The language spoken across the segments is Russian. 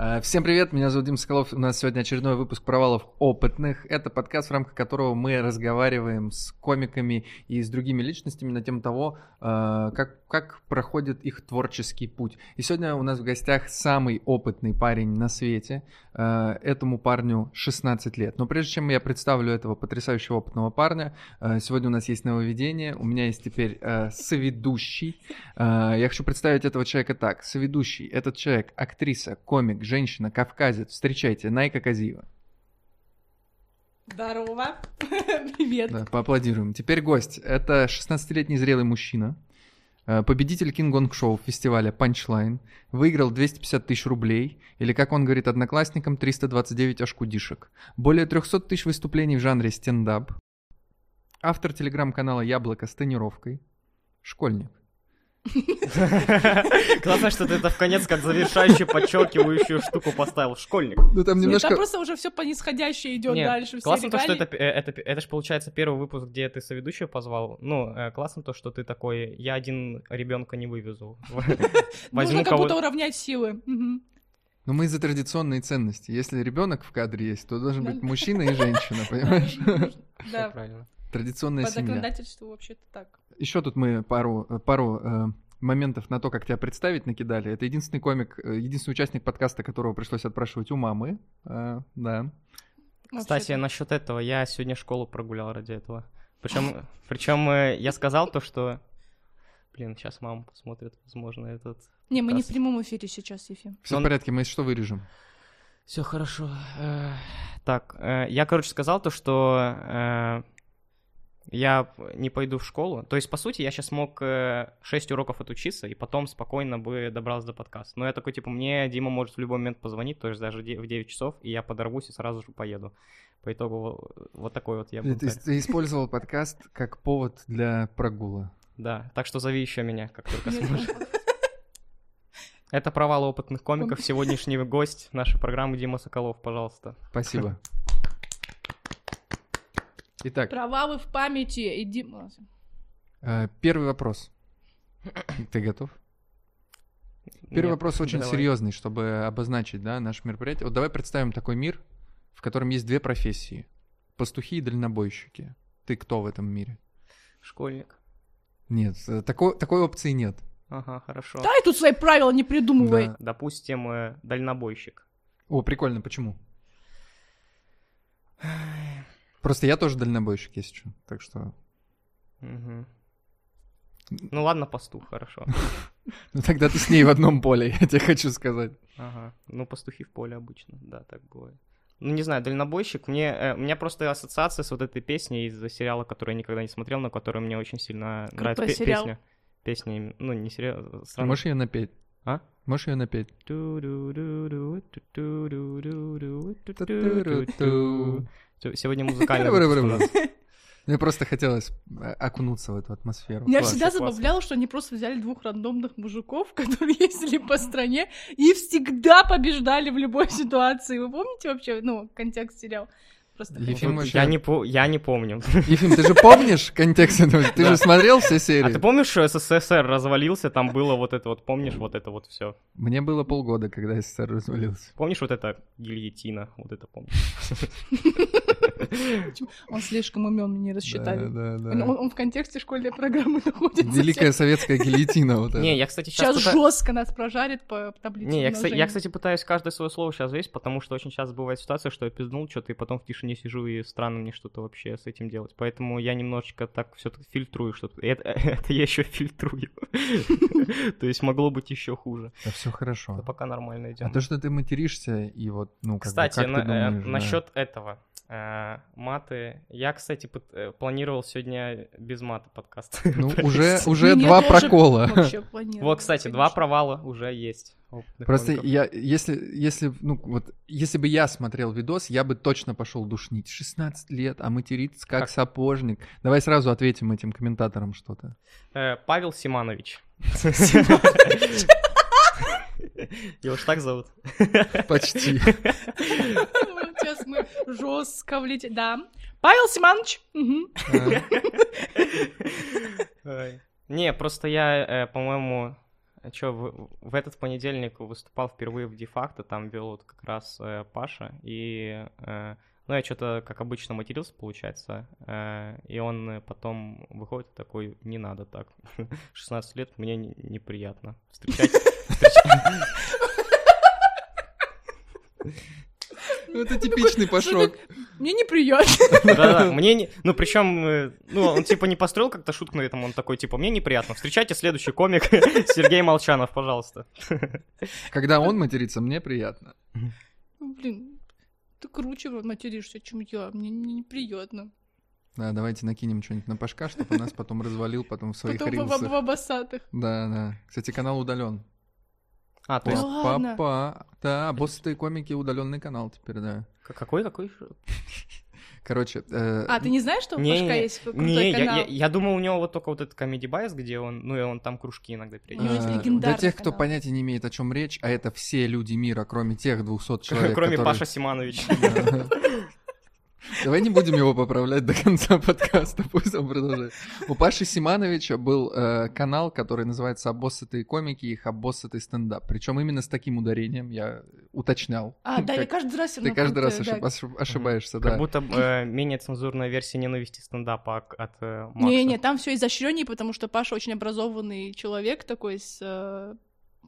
Э, Всем привет, меня зовут Дим Соколов. У нас сегодня очередной выпуск «Провалов опытных». Это подкаст, в рамках которого мы разговариваем с комиками и с другими личностями на тему того, э, как, как проходит их творческий путь. И сегодня у нас в гостях самый опытный парень на свете. э, Этому парню 16 лет. Но прежде чем я представлю этого потрясающего опытного парня, э, сегодня у нас есть нововведение. У меня есть теперь э, соведущий. А, Я хочу представить этого человека так. Соведущий. Этот человек — актриса, комик, женщина, кавказец. Встречайте, Найка Казиева. Здорово. Привет. Да, поаплодируем. Теперь гость. Это 16-летний зрелый мужчина, а, победитель Кингонг Шоу фестиваля Punchline, выиграл 250 тысяч рублей, или, как он говорит одноклассникам, 329 ашкудишек, более 300 тысяч выступлений в жанре стендап, автор телеграм-канала «Яблоко» с тонировкой, школьник. Классно, что ты это в конец как завершающую подчеркивающую штуку поставил. Школьник. Ну там немножко... Там просто уже все по нисходящей идет Нет, дальше. все классно то, что регалии. это, э, это, это же получается первый выпуск, где ты соведущую позвал. Ну, э, классно то, что ты такой, я один ребенка не вывезу. Нужно Возьму как будто кого уравнять силы. Мгм. Но мы за традиционные ценности. Если ребенок в кадре есть, то должен быть мужчина и женщина, понимаешь? Всё Да, правильно. Традиционная по семья. законодательству вообще-то так. Еще тут мы пару, э, пару э, моментов на то, как тебя представить, накидали. Это единственный комик, э, единственный участник подкаста, которого пришлось отпрашивать у мамы. Э, да. Кстати, Вообще-то. насчет этого, я сегодня школу прогулял ради этого. Причем, причем э, я сказал то, что... Блин, сейчас мама посмотрит, возможно, этот... Не, мы не в Раз. прямом эфире сейчас, Ефим. Все Он- в порядке, мы если что вырежем. Все хорошо. Э, Так, э, я, короче, сказал то, что э, я п- не пойду в школу. То есть, по сути, я сейчас мог 6 уроков отучиться, и потом спокойно бы добрался до подкаста. Но я такой, типа, мне Дима может в любой момент позвонить, то есть даже де- в 9 часов, и я подорвусь и сразу же поеду. По итогу во- вот такой вот я Ты, был. ты- ты использовал подкаст как повод для прогула. Да, так что зови еще меня, как только сможешь. Это провал опытных комиков. Сегодняшний гость нашей программы Дима Соколов, пожалуйста. Спасибо. Итак, Провалы в памяти. Иди... а, э, первый вопрос. Ты готов? Первый Нет, вопрос очень давай. серьезный, чтобы обозначить, да, наше мероприятие. Вот давай представим такой мир, в котором есть две профессии: пастухи и дальнобойщики. Ты кто в этом мире? Школьник. Нет, э, тако- такой опции нет. Ага, хорошо. Дай тут свои правила, не придумывай. Да. Допустим, э, дальнобойщик. О, прикольно, почему? Просто я тоже дальнобойщик, если что. Так что. Мгм. Ну ладно, пастух, хорошо. Ну тогда ты с ней в одном поле, я тебе хочу сказать. Ага. Ну, пастухи в поле обычно, да, так бывает. Ну, не знаю, дальнобойщик. Мне, э, у меня просто ассоциация с вот этой песней из сериала, который я никогда не смотрел, но который мне очень сильно нравится. Пе- сериал. Песня. Песня, им- ну, не сериал, Ты можешь ее напеть? А? Можешь ее напеть? Ту-ру-ру-ру, ту-ту-ру-ру-ру, ту-ту-ру-ту. Ту-ту-ру-ту. Всё, Сегодня музыкальный выпуск у нас. Мне просто хотелось э, окунуться в эту атмосферу. Меня Класс, всегда класс. забавляло, что они просто взяли двух рандомных мужиков, которые ездили по стране и всегда побеждали в любой ситуации. Вы помните вообще, ну, контекст сериала? Просто Ефим Вот вообще- Я не по- я не помню. Ефим, ты же помнишь контекст этого? Ты Да. же смотрел все А ты серии? помнишь, что СССР развалился, там было вот это вот, помнишь вот это вот все? Мне было полгода, когда СССР развалился. Помнишь вот это гильотина, вот это помнишь? Он слишком умен, мне не рассчитали. Да, да, Он, да. он в контексте школьной программы находится. Великая советская гильотина вот Не, эта. я, кстати, сейчас... Сейчас жестко нас прожарит по таблице. Не, я, кста- я, умножения. кстати, пытаюсь каждое свое слово сейчас взвесить, потому что очень часто бывает ситуация, что я пизнул что-то, и потом в тишине сижу, и странно мне что-то вообще с этим делать. Поэтому я немножечко так все таки фильтрую что-то. Это, это я еще фильтрую. То есть могло быть еще хуже. Да все хорошо. Но пока нормально идет. А то, что ты материшься, и вот, ну, как бы, Кстати, как ты на- э, думаешь, да? насчет этого. Э, Маты. Я, кстати, пыт- э, планировал сегодня без мата подкаст. Ну, провести. уже, уже Меня два тоже прокола. вообще планировал, Вот, кстати, два конечно. провала уже есть. опытных Просто комиков. я, если, если, ну, вот, если бы я смотрел видос, я бы точно пошел душнить. 16 лет, а материться как, Как? сапожник. Давай сразу ответим этим комментаторам что-то. Э, Павел Симанович. Его ж так зовут. Почти. Сейчас мы жестко влетим. Да. Павел Симанович. мгм. А. Ой. Не, просто я, э, по-моему, э, Че, в, в этот понедельник выступал впервые в де-факто, там вел вот как раз э, Паша, и, э, ну, я что-то, как обычно, матерился, получается, э, и он потом выходит и такой, не надо так, 16 лет, мне не- неприятно встречать... Ну, это типичный пашок. Мне неприятно. Да-да, мне не... Ну, причем, ну, он, типа, не построил как-то шутку на этом, он такой, типа, мне неприятно, встречайте следующий комик Сергей Молчанов, пожалуйста. Когда он матерится, мне приятно. Ну, Блин, ты круче материшься, чем я. Мне не- неприятно. Да, давайте накинем что-нибудь на Пашка, чтобы он нас потом развалил, потом в своих Потом в- в в рилсах. обоссатых. Да, да. Кстати, канал удален. А, то Да есть, Вот, ладно. Папа. Да, боссы комики удаленный канал теперь, да. к- какой, какой? Короче, э, А, ты не знаешь, что у Не, Пашка не, есть крутой Не, я- канал? я я думал, у него вот только вот этот Comedy Bias, где он, ну, и он там кружки иногда э, у него переделывает. есть для легендарный тех, кто канал. понятия не имеет, о чем речь, а это все люди мира, кроме тех 200 человек, Кроме которые- Паша Симановича. Да. Давай не будем его поправлять до конца подкаста, пусть он продолжает. У Паши Симановича был э, канал, который называется «Обоссатые комики» и их «Обоссатый стендап». Причем именно с таким ударением я уточнял. А, да, я Как- каждый раз всё Ты равно каждый раз путаю, да. ошиб- ошибаешься, Как да. будто э, менее цензурная версия ненависти стендапа к- от э, Макса. Не-не, там все изощреннее, потому что Паша очень образованный человек такой с... э,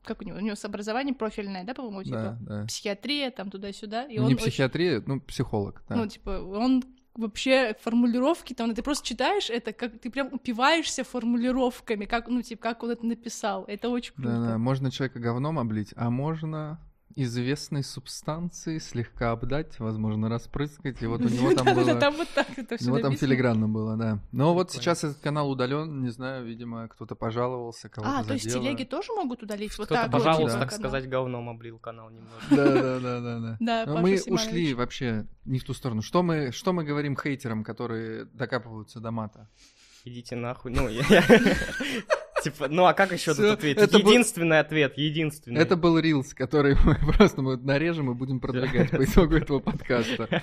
Как у него? У него с образованием профильное, да, по-моему, Да, типа? да. Психиатрия, там, туда-сюда. И Ну, он Не очень- психиатрия, ну, психолог. да. Ну, типа, он вообще формулировки там, ты просто читаешь это, как ты прям упиваешься формулировками, как, ну, типа, как он это написал. Это очень круто. Да-да, можно человека говном облить, а можно известной субстанции слегка обдать, возможно, распрыскать. И вот у него там Да-да-да, было... там вот так это У все него Ну, там филигранно было, да. Но вот Прикольно. сейчас этот канал удален, не знаю, видимо, кто-то пожаловался, кого-то А, то есть задело. телеги тоже могут удалить? Вот Кто-то, так вот, пожалуйста, типа, так канал. сказать, говном облил канал немножко. Да, да, да, да, да. Да, Но Паша Ну, мы Симонович. ушли вообще не в ту сторону. Что мы, что мы говорим хейтерам, которые докапываются до мата? Идите нахуй. Ну, я- я- Типа, ну а как еще Всё, тут ответить? это был- Единственный ответ, единственный. Это был рилс, который мы просто мы нарежем и будем продвигать по итогу этого подкаста.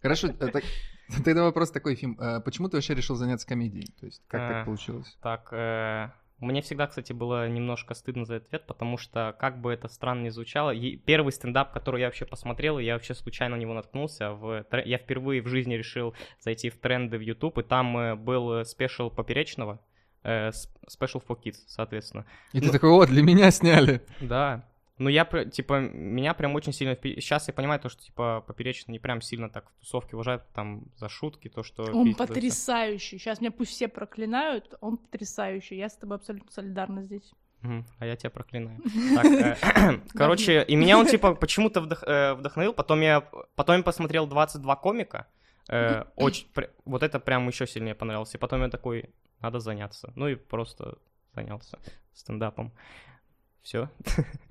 Хорошо, э, так- тогда вопрос такой, Фим, э, почему ты вообще решил заняться комедией? То есть как так А. получилось? Так, э, мне всегда, кстати, было немножко стыдно за этот ответ, потому что, как бы это странно ни звучало, е- первый стендап, который я вообще посмотрел, и я вообще случайно на него наткнулся, в, тре- я впервые в жизни решил зайти в тренды в YouTube, и там э, был э, спешл Поперечного, э, с- спешл for kids, соответственно. И ты Ну- такой, о, для меня сняли. Да. Ну, я, пр- типа, меня прям очень сильно... Сейчас я понимаю то, что, типа, Поперечный не прям сильно так в тусовке уважают, там, за шутки, то, что... Он пиздит за всё. потрясающий. Сейчас меня пусть все проклинают, он потрясающий. Я с тобой абсолютно солидарна здесь. Мгм, А я тебя проклинаю. Так, э, короче, и меня он типа почему-то вдох- э, вдохновил. Потом я потом я посмотрел 22 комика. Э, очень, пр- вот это прям еще сильнее понравилось. И потом я такой, надо заняться. Ну и просто занялся стендапом. Все.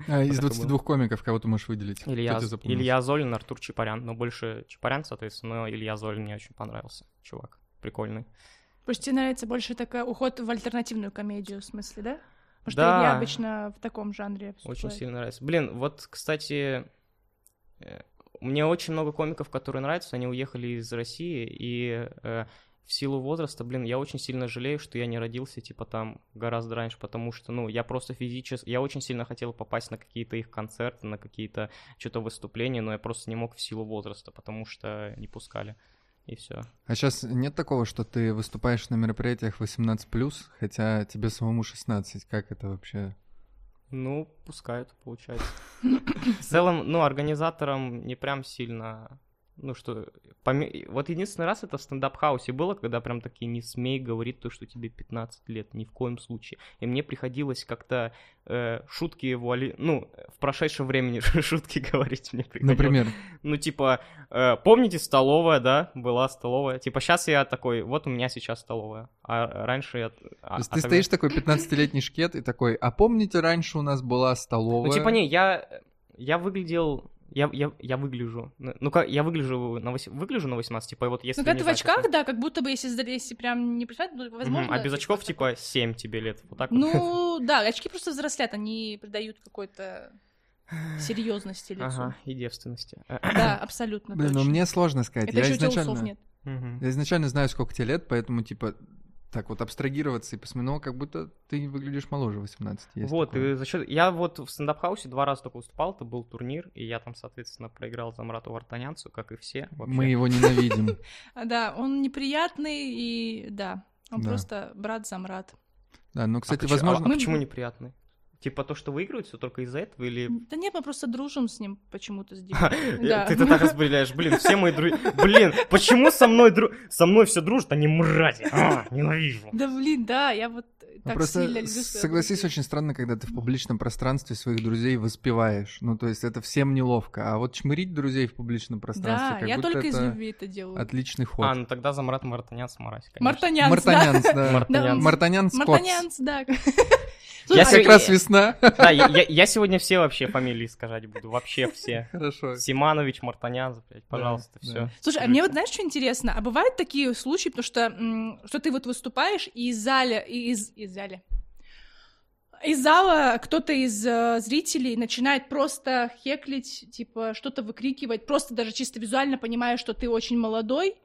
А, Из Так и 22 комиков кого ты можешь выделить? Илья, Кто тебе запомнился? Илья Золин, Артур Чапарян. Но больше Чапарян, соответственно, но Илья Золин мне очень понравился. Чувак, прикольный. Пусть тебе нравится больше такая уход в альтернативную комедию, в смысле, да? Потому что Да. Илья обычно в таком жанре Очень выступает. сильно нравится. Блин, вот, кстати, э, мне очень много комиков, которые нравятся, они уехали из России, и э, в силу возраста, блин, я очень сильно жалею, что я не родился, типа, там, гораздо раньше, потому что, ну, я просто физически, я очень сильно хотел попасть на какие-то их концерты, на какие-то что-то выступления, но я просто не мог в силу возраста, потому что не пускали, и все. А сейчас нет такого, что ты выступаешь на мероприятиях 18+, хотя тебе самому 16, как это вообще? Ну, пускают, получается. В целом, ну, организаторам не прям сильно... Ну что, поме- вот единственный раз это в стендап-хаусе было, когда прям такие не смей говорить то, что тебе 15 лет, ни в коем случае. И мне приходилось как-то э, шутки вуали... Ну, в прошедшем времени шутки говорить мне приходилось. Например, Ну, типа, э, помните, столовая, да, была столовая. Типа, сейчас я такой, вот у меня сейчас столовая. А раньше я... то есть ты стоишь такой 15-летний шкет и такой, а помните, раньше у нас была столовая? Ну, типа, не, я, я выглядел... Я, я, я выгляжу. Ну, ну, как, я выгляжу на, вось- выгляжу на 18, типа, вот если... Ну, когда не ты в знаю, очках, как- да, как будто бы если, за- если прям не представить, ну, Мгм, возможно... А без ты очков, просто- типа, 7 тебе лет. Вот так вот. Ну, да, очки просто взрослят, они придают какой-то серьезности лицу. Ага, и девственности. Э, Да, абсолютно Блин, ну точно. мне сложно сказать. Это я, еще у тебя усов изначально, нет. мгм. я изначально знаю, сколько тебе лет, поэтому, типа, так вот абстрагироваться и посмотреть, ну, как будто ты выглядишь моложе 18. Есть Э, вот, такое. и за счет... Я вот в стендап-хаусе два раза только выступал, это был турнир, и я там, соответственно, проиграл Замрату Вартанянцу, как и все. Вообще. Мы его ненавидим. А, Да, он неприятный и да, он Да. просто брат замрад. Да, ну, А кстати, почему- возможно... А, почему неприятный? Типа то, что выигрывают, все только из-за этого, или... Да нет, мы просто дружим с ним почему-то с Димой. Да. Ты это так распределяешь, блин, все мои друзья... Блин, почему со мной дру... со мной все дружат, они мрази, А, ненавижу. Да блин, да, я вот Ну, так просто сильно люблю своих согласись, друзей. очень странно, когда ты в публичном пространстве своих друзей воспеваешь. Ну, то есть это всем неловко. А вот чмырить друзей в публичном пространстве, Да, как я будто только из это любви это делаю. отличный ход. А, ну тогда Замрат Мартанянц мразь, конечно. Мартанянц, Мартанянц, да. да. Да, Мартанянц. он- Мартанянц Кокс. Мартанянц, да. а Я Я А как сегодня- раз весна. Да, я- я я сегодня все вообще фамилии искажать буду, вообще все. Хорошо. Симанович, Мартанян, блядь, пожалуйста, да. все. Слушай, а мне вот знаешь, что интересно? А бывают такие случаи, потому что, м, что ты вот выступаешь, и из зала, и из, из зала. Из зала кто-то из э, зрителей начинает просто хеклить, типа что-то выкрикивать, просто даже чисто визуально понимая, что ты очень молодой,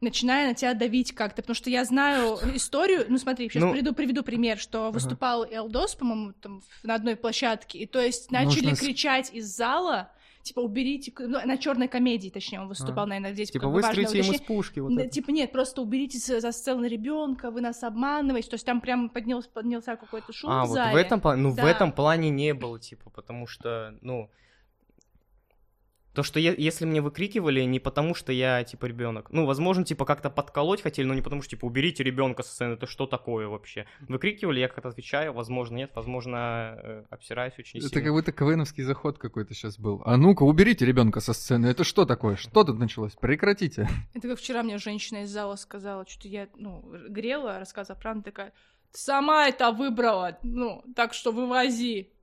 начиная на тебя давить как-то. Потому что я знаю историю, ну смотри, сейчас Ну. приведу, приведу пример, что выступал Элдос, по-моему, там в- на одной площадке, и то есть начали Нужно с- кричать из зала, типа уберите, к- ну, на черной комедии, точнее, он выступал, наверное, здесь Типа как бы важное выстрелите им из уточнение. пушки. вот Да, это. Типа нет, просто уберите с- за сцены ребенка, вы нас обманываете, то есть там прям поднялся, поднялся какой-то шум А, в вот зале. в этом плане, ну в Да. этом плане не было, типа, потому что, ну, то, что е- если мне выкрикивали, не потому что я, типа, ребенок. Ну, возможно, типа, как-то подколоть хотели, но не потому что, типа, уберите ребенка со сцены, это что такое вообще? Выкрикивали, я как-то отвечаю, возможно, нет, возможно, э, обсираюсь очень Это как сильно. будто КВНовский заход какой-то сейчас был. А ну-ка, уберите ребенка со сцены. Это что такое? Что тут началось? Прекратите. Это как вчера мне женщина из зала сказала, что-то я, ну, грела, рассказывала правду, такая, ты сама это выбрала, ну, так что вывози.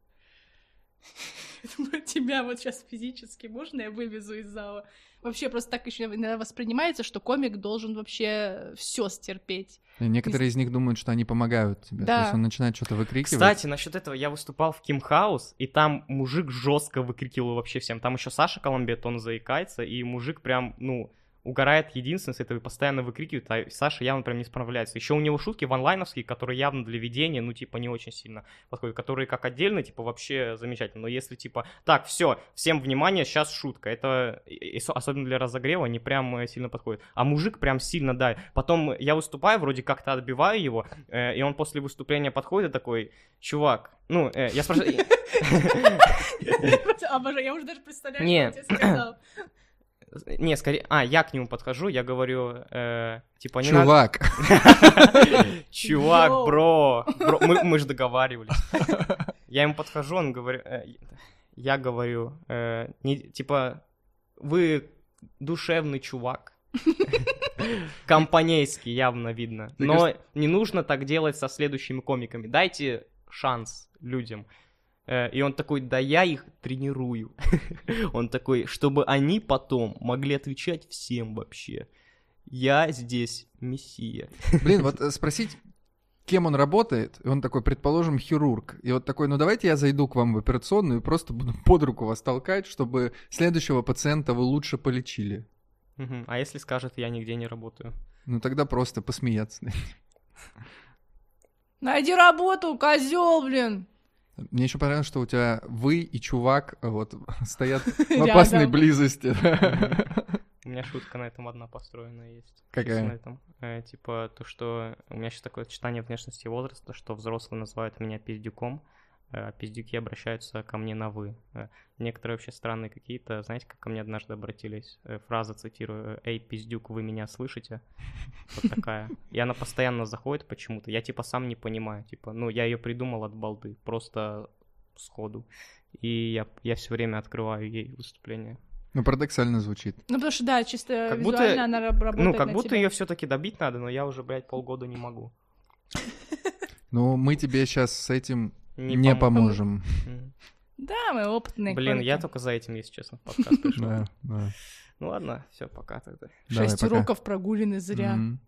Я думаю, тебя вот сейчас физически можно я вывезу из зала? Вообще просто так еще иногда воспринимается, что комик должен вообще все стерпеть. И некоторые из них думают, что они помогают тебе. Да. То есть он начинает что-то выкрикивать. Кстати, насчет этого я выступал в Ким Хаус, и там мужик жестко выкрикивал вообще всем. Там еще Саша Коломбет, он заикается, и мужик прям, ну, угорает единственное с этого и постоянно выкрикивает, а Саша явно прям не справляется. Еще у него шутки ванлайновские, которые явно для ведения, ну, типа, не очень сильно подходят, которые как отдельно, типа, вообще замечательно. Но если, типа, так, все, всем внимание, сейчас шутка. Это, и- и со- особенно для разогрева, не прям э, сильно подходит. А мужик прям сильно, да. Потом я выступаю, вроде как-то отбиваю его, э, и он после выступления подходит и такой, чувак, ну, э, я спрашиваю... Обожаю, А, я уже даже представляю, что Не. он тебе сказал. Не, скорее... А, я к нему подхожу, я говорю, э, типа, не надо... Чувак, Чувак, Йоу. бро, бро, мы, мы же договаривались. Я ему подхожу, он говорит, э, я говорю, э, не- типа, вы душевный чувак. Компанейский, явно видно. Мне Но не нужно так делать со следующими комиками. Дайте шанс людям. Э, И он такой, да я их тренирую. Он такой, чтобы они потом могли отвечать всем вообще. Я здесь мессия. Блин, вот э, спросить, кем он работает, и он такой, предположим, хирург. И вот такой, ну давайте я зайду к вам в операционную и просто буду под руку вас толкать, чтобы следующего пациента вы лучше полечили. Мгм. А если скажет, я нигде не работаю? Ну тогда просто посмеяться. Найди работу, козел, блин. Мне еще понравилось, что у тебя вы и чувак э, вот стоят в Рядом. опасной близости. У меня шутка на этом одна построенная есть. Какая? Если На этом. Э, типа то, что у меня сейчас такое сочетание внешности и возраста, что взрослые называют меня пиздюком, э, а пиздюки обращаются ко мне на «вы». Э, некоторые вообще странные какие-то, знаете, как ко мне однажды обратились, э, фраза, цитирую, «Эй, пиздюк, вы меня слышите?» Вот такая. И она постоянно заходит почему-то. Я типа сам не понимаю, типа, ну, я ее придумал от балды, просто сходу. И я, я все время открываю ей выступление. Ну, парадоксально звучит. Ну, потому что, да, чисто Как будто- визуально она раб- работает Ну, как на будто тебя. ее все-таки добить надо, но я уже, блядь, полгода не могу. Но мы тебе сейчас с этим не, пом- поможем. Мгм. Да, мы опытные. Блин, я только только за этим, если честно, в подкаст пришел. Да, да. Ну ладно, все, пока тогда. Давай, Шесть пока. уроков прогулены зря. Мгм.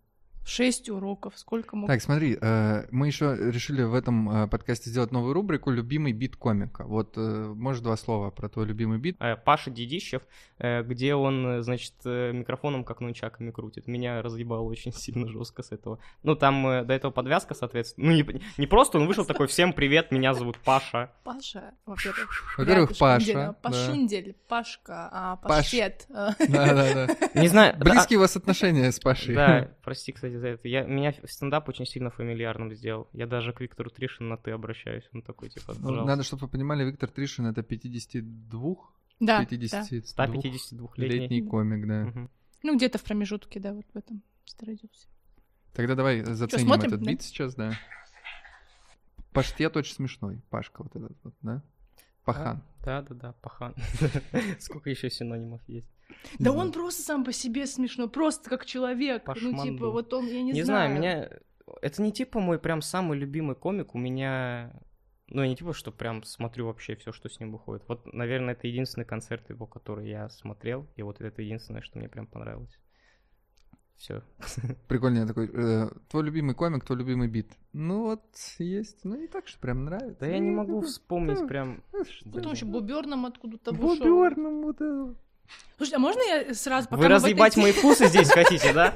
Шесть уроков. Сколько мог? Так, смотри, э, мы еще решили в этом э, подкасте сделать новую рубрику «Любимый бит комика». Вот, э, можешь два слова про твой любимый бит? э, Паша Дедищев, э, где он, э, значит, э, микрофоном как нунчаками крутит. Меня разъебало очень сильно жестко с этого. Ну, там э, до этого подвязка, соответственно. Ну, не, не просто он вышел такой, всем привет, меня зовут Паша. Паша, во-первых. Во-первых, Паша. да. Пашиндель, Пашка, а, Паш. пашет. Да-да-да. Не знаю. да, Близкие у вас отношения с а- Пашей. Да, прости, кстати, за это. Я, меня стендап очень сильно фамильярным сделал. Я даже к Виктору Тришину на «ты» обращаюсь. Он такой, типа, Ну, пожалуйста. Надо, чтобы вы понимали, Виктор Тришин это 52 Да, да. 52 152-летний. летний э, комик, да. Мгм. Ну, где-то в промежутке, да, вот в этом стародился. Тогда давай заценим смотрим, этот да? бит сейчас, да. Паштет очень смешной. Пашка вот этот вот, да? Пахан. Да, да, да, пахан. Сколько еще синонимов есть? Да он просто сам по себе смешно, просто как человек. ну, Пашман типа, был. вот он, я не, Не, знаю. меня... Это не типа мой прям самый любимый комик, у меня... Ну, я не типа, что прям смотрю вообще все, что с ним выходит. Вот, наверное, это единственный концерт его, который я смотрел, и вот это единственное, что мне прям понравилось. Все. Прикольный такой. э, Твой любимый комик, твой любимый бит. Ну вот, есть. Ну не так, что прям нравится. Да я не Ну, ну, могу вспомнить Хм. да. прям... ну, что Потом вы. еще буберном откуда-то вышел. Бобёрному, да. Слушай, а можно я сразу пока мы Вы в этой разъебать теме- мои вкусы здесь хотите, да?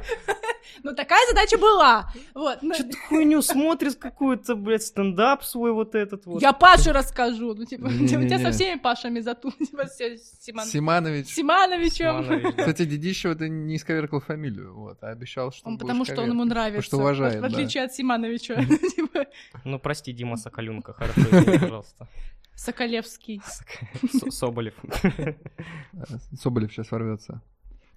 Ну, такая задача была. Вот. ну, Че ты хуйню смотришь какую-то, блядь, стендап свой вот этот вот? Я Паше расскажу. Ну, типа, у тебя Не-не-не. со всеми Пашами зату. Типа, с Симон- Симанович. Симановичем. Романович, да. Кстати, Дедищев это не исковеркал фамилию, вот, а обещал, что Он будет потому что он коверкать. ему нравится. что уважает, В отличие от Симановича. Типа, Ну, прости, Дима Соколюнка, хорошо, извини, пожалуйста. Соколевский. Сок- Соболев. Э, Соболев сейчас ворвется.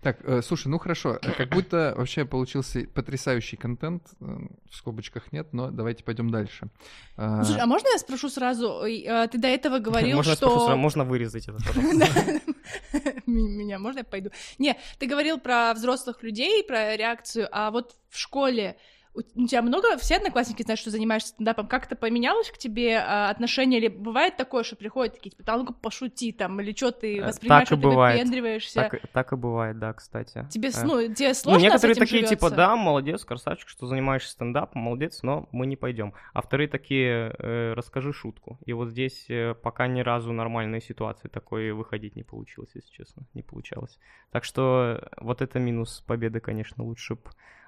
Так, э, слушай, ну хорошо, э, как будто вообще получился потрясающий контент, э, в скобочках нет, но давайте пойдем дальше. А, Слушай, а можно я спрошу сразу? Ой, э, Ты до этого говорил, Можно я спрошу сразу, что... Можно вырезать это, пожалуйста? Да. М- Меня, можно я пойду? Не, ты говорил про взрослых людей, про реакцию, а вот в школе у у тебя много, все одноклассники знают, что занимаешься стендапом, как-то поменялось к тебе а, отношение, или бывает такое, что приходят такие, типа, «Да ну-ка пошути там, или что ты Э, воспринимаешь, так и что ты бывает. выпендриваешься? Так, и- так и бывает, да, кстати. Тебе, с- Э, ну, тебе ну, сложно некоторые с этим такие, типа, живётся? да, молодец, красавчик, что занимаешься стендапом, молодец, но мы не пойдем. А вторые такие, э, расскажи шутку. И вот здесь э, пока ни разу нормальной ситуации такой выходить не получилось, если честно, не получалось. Так что э, вот это минус победы, конечно, лучше б...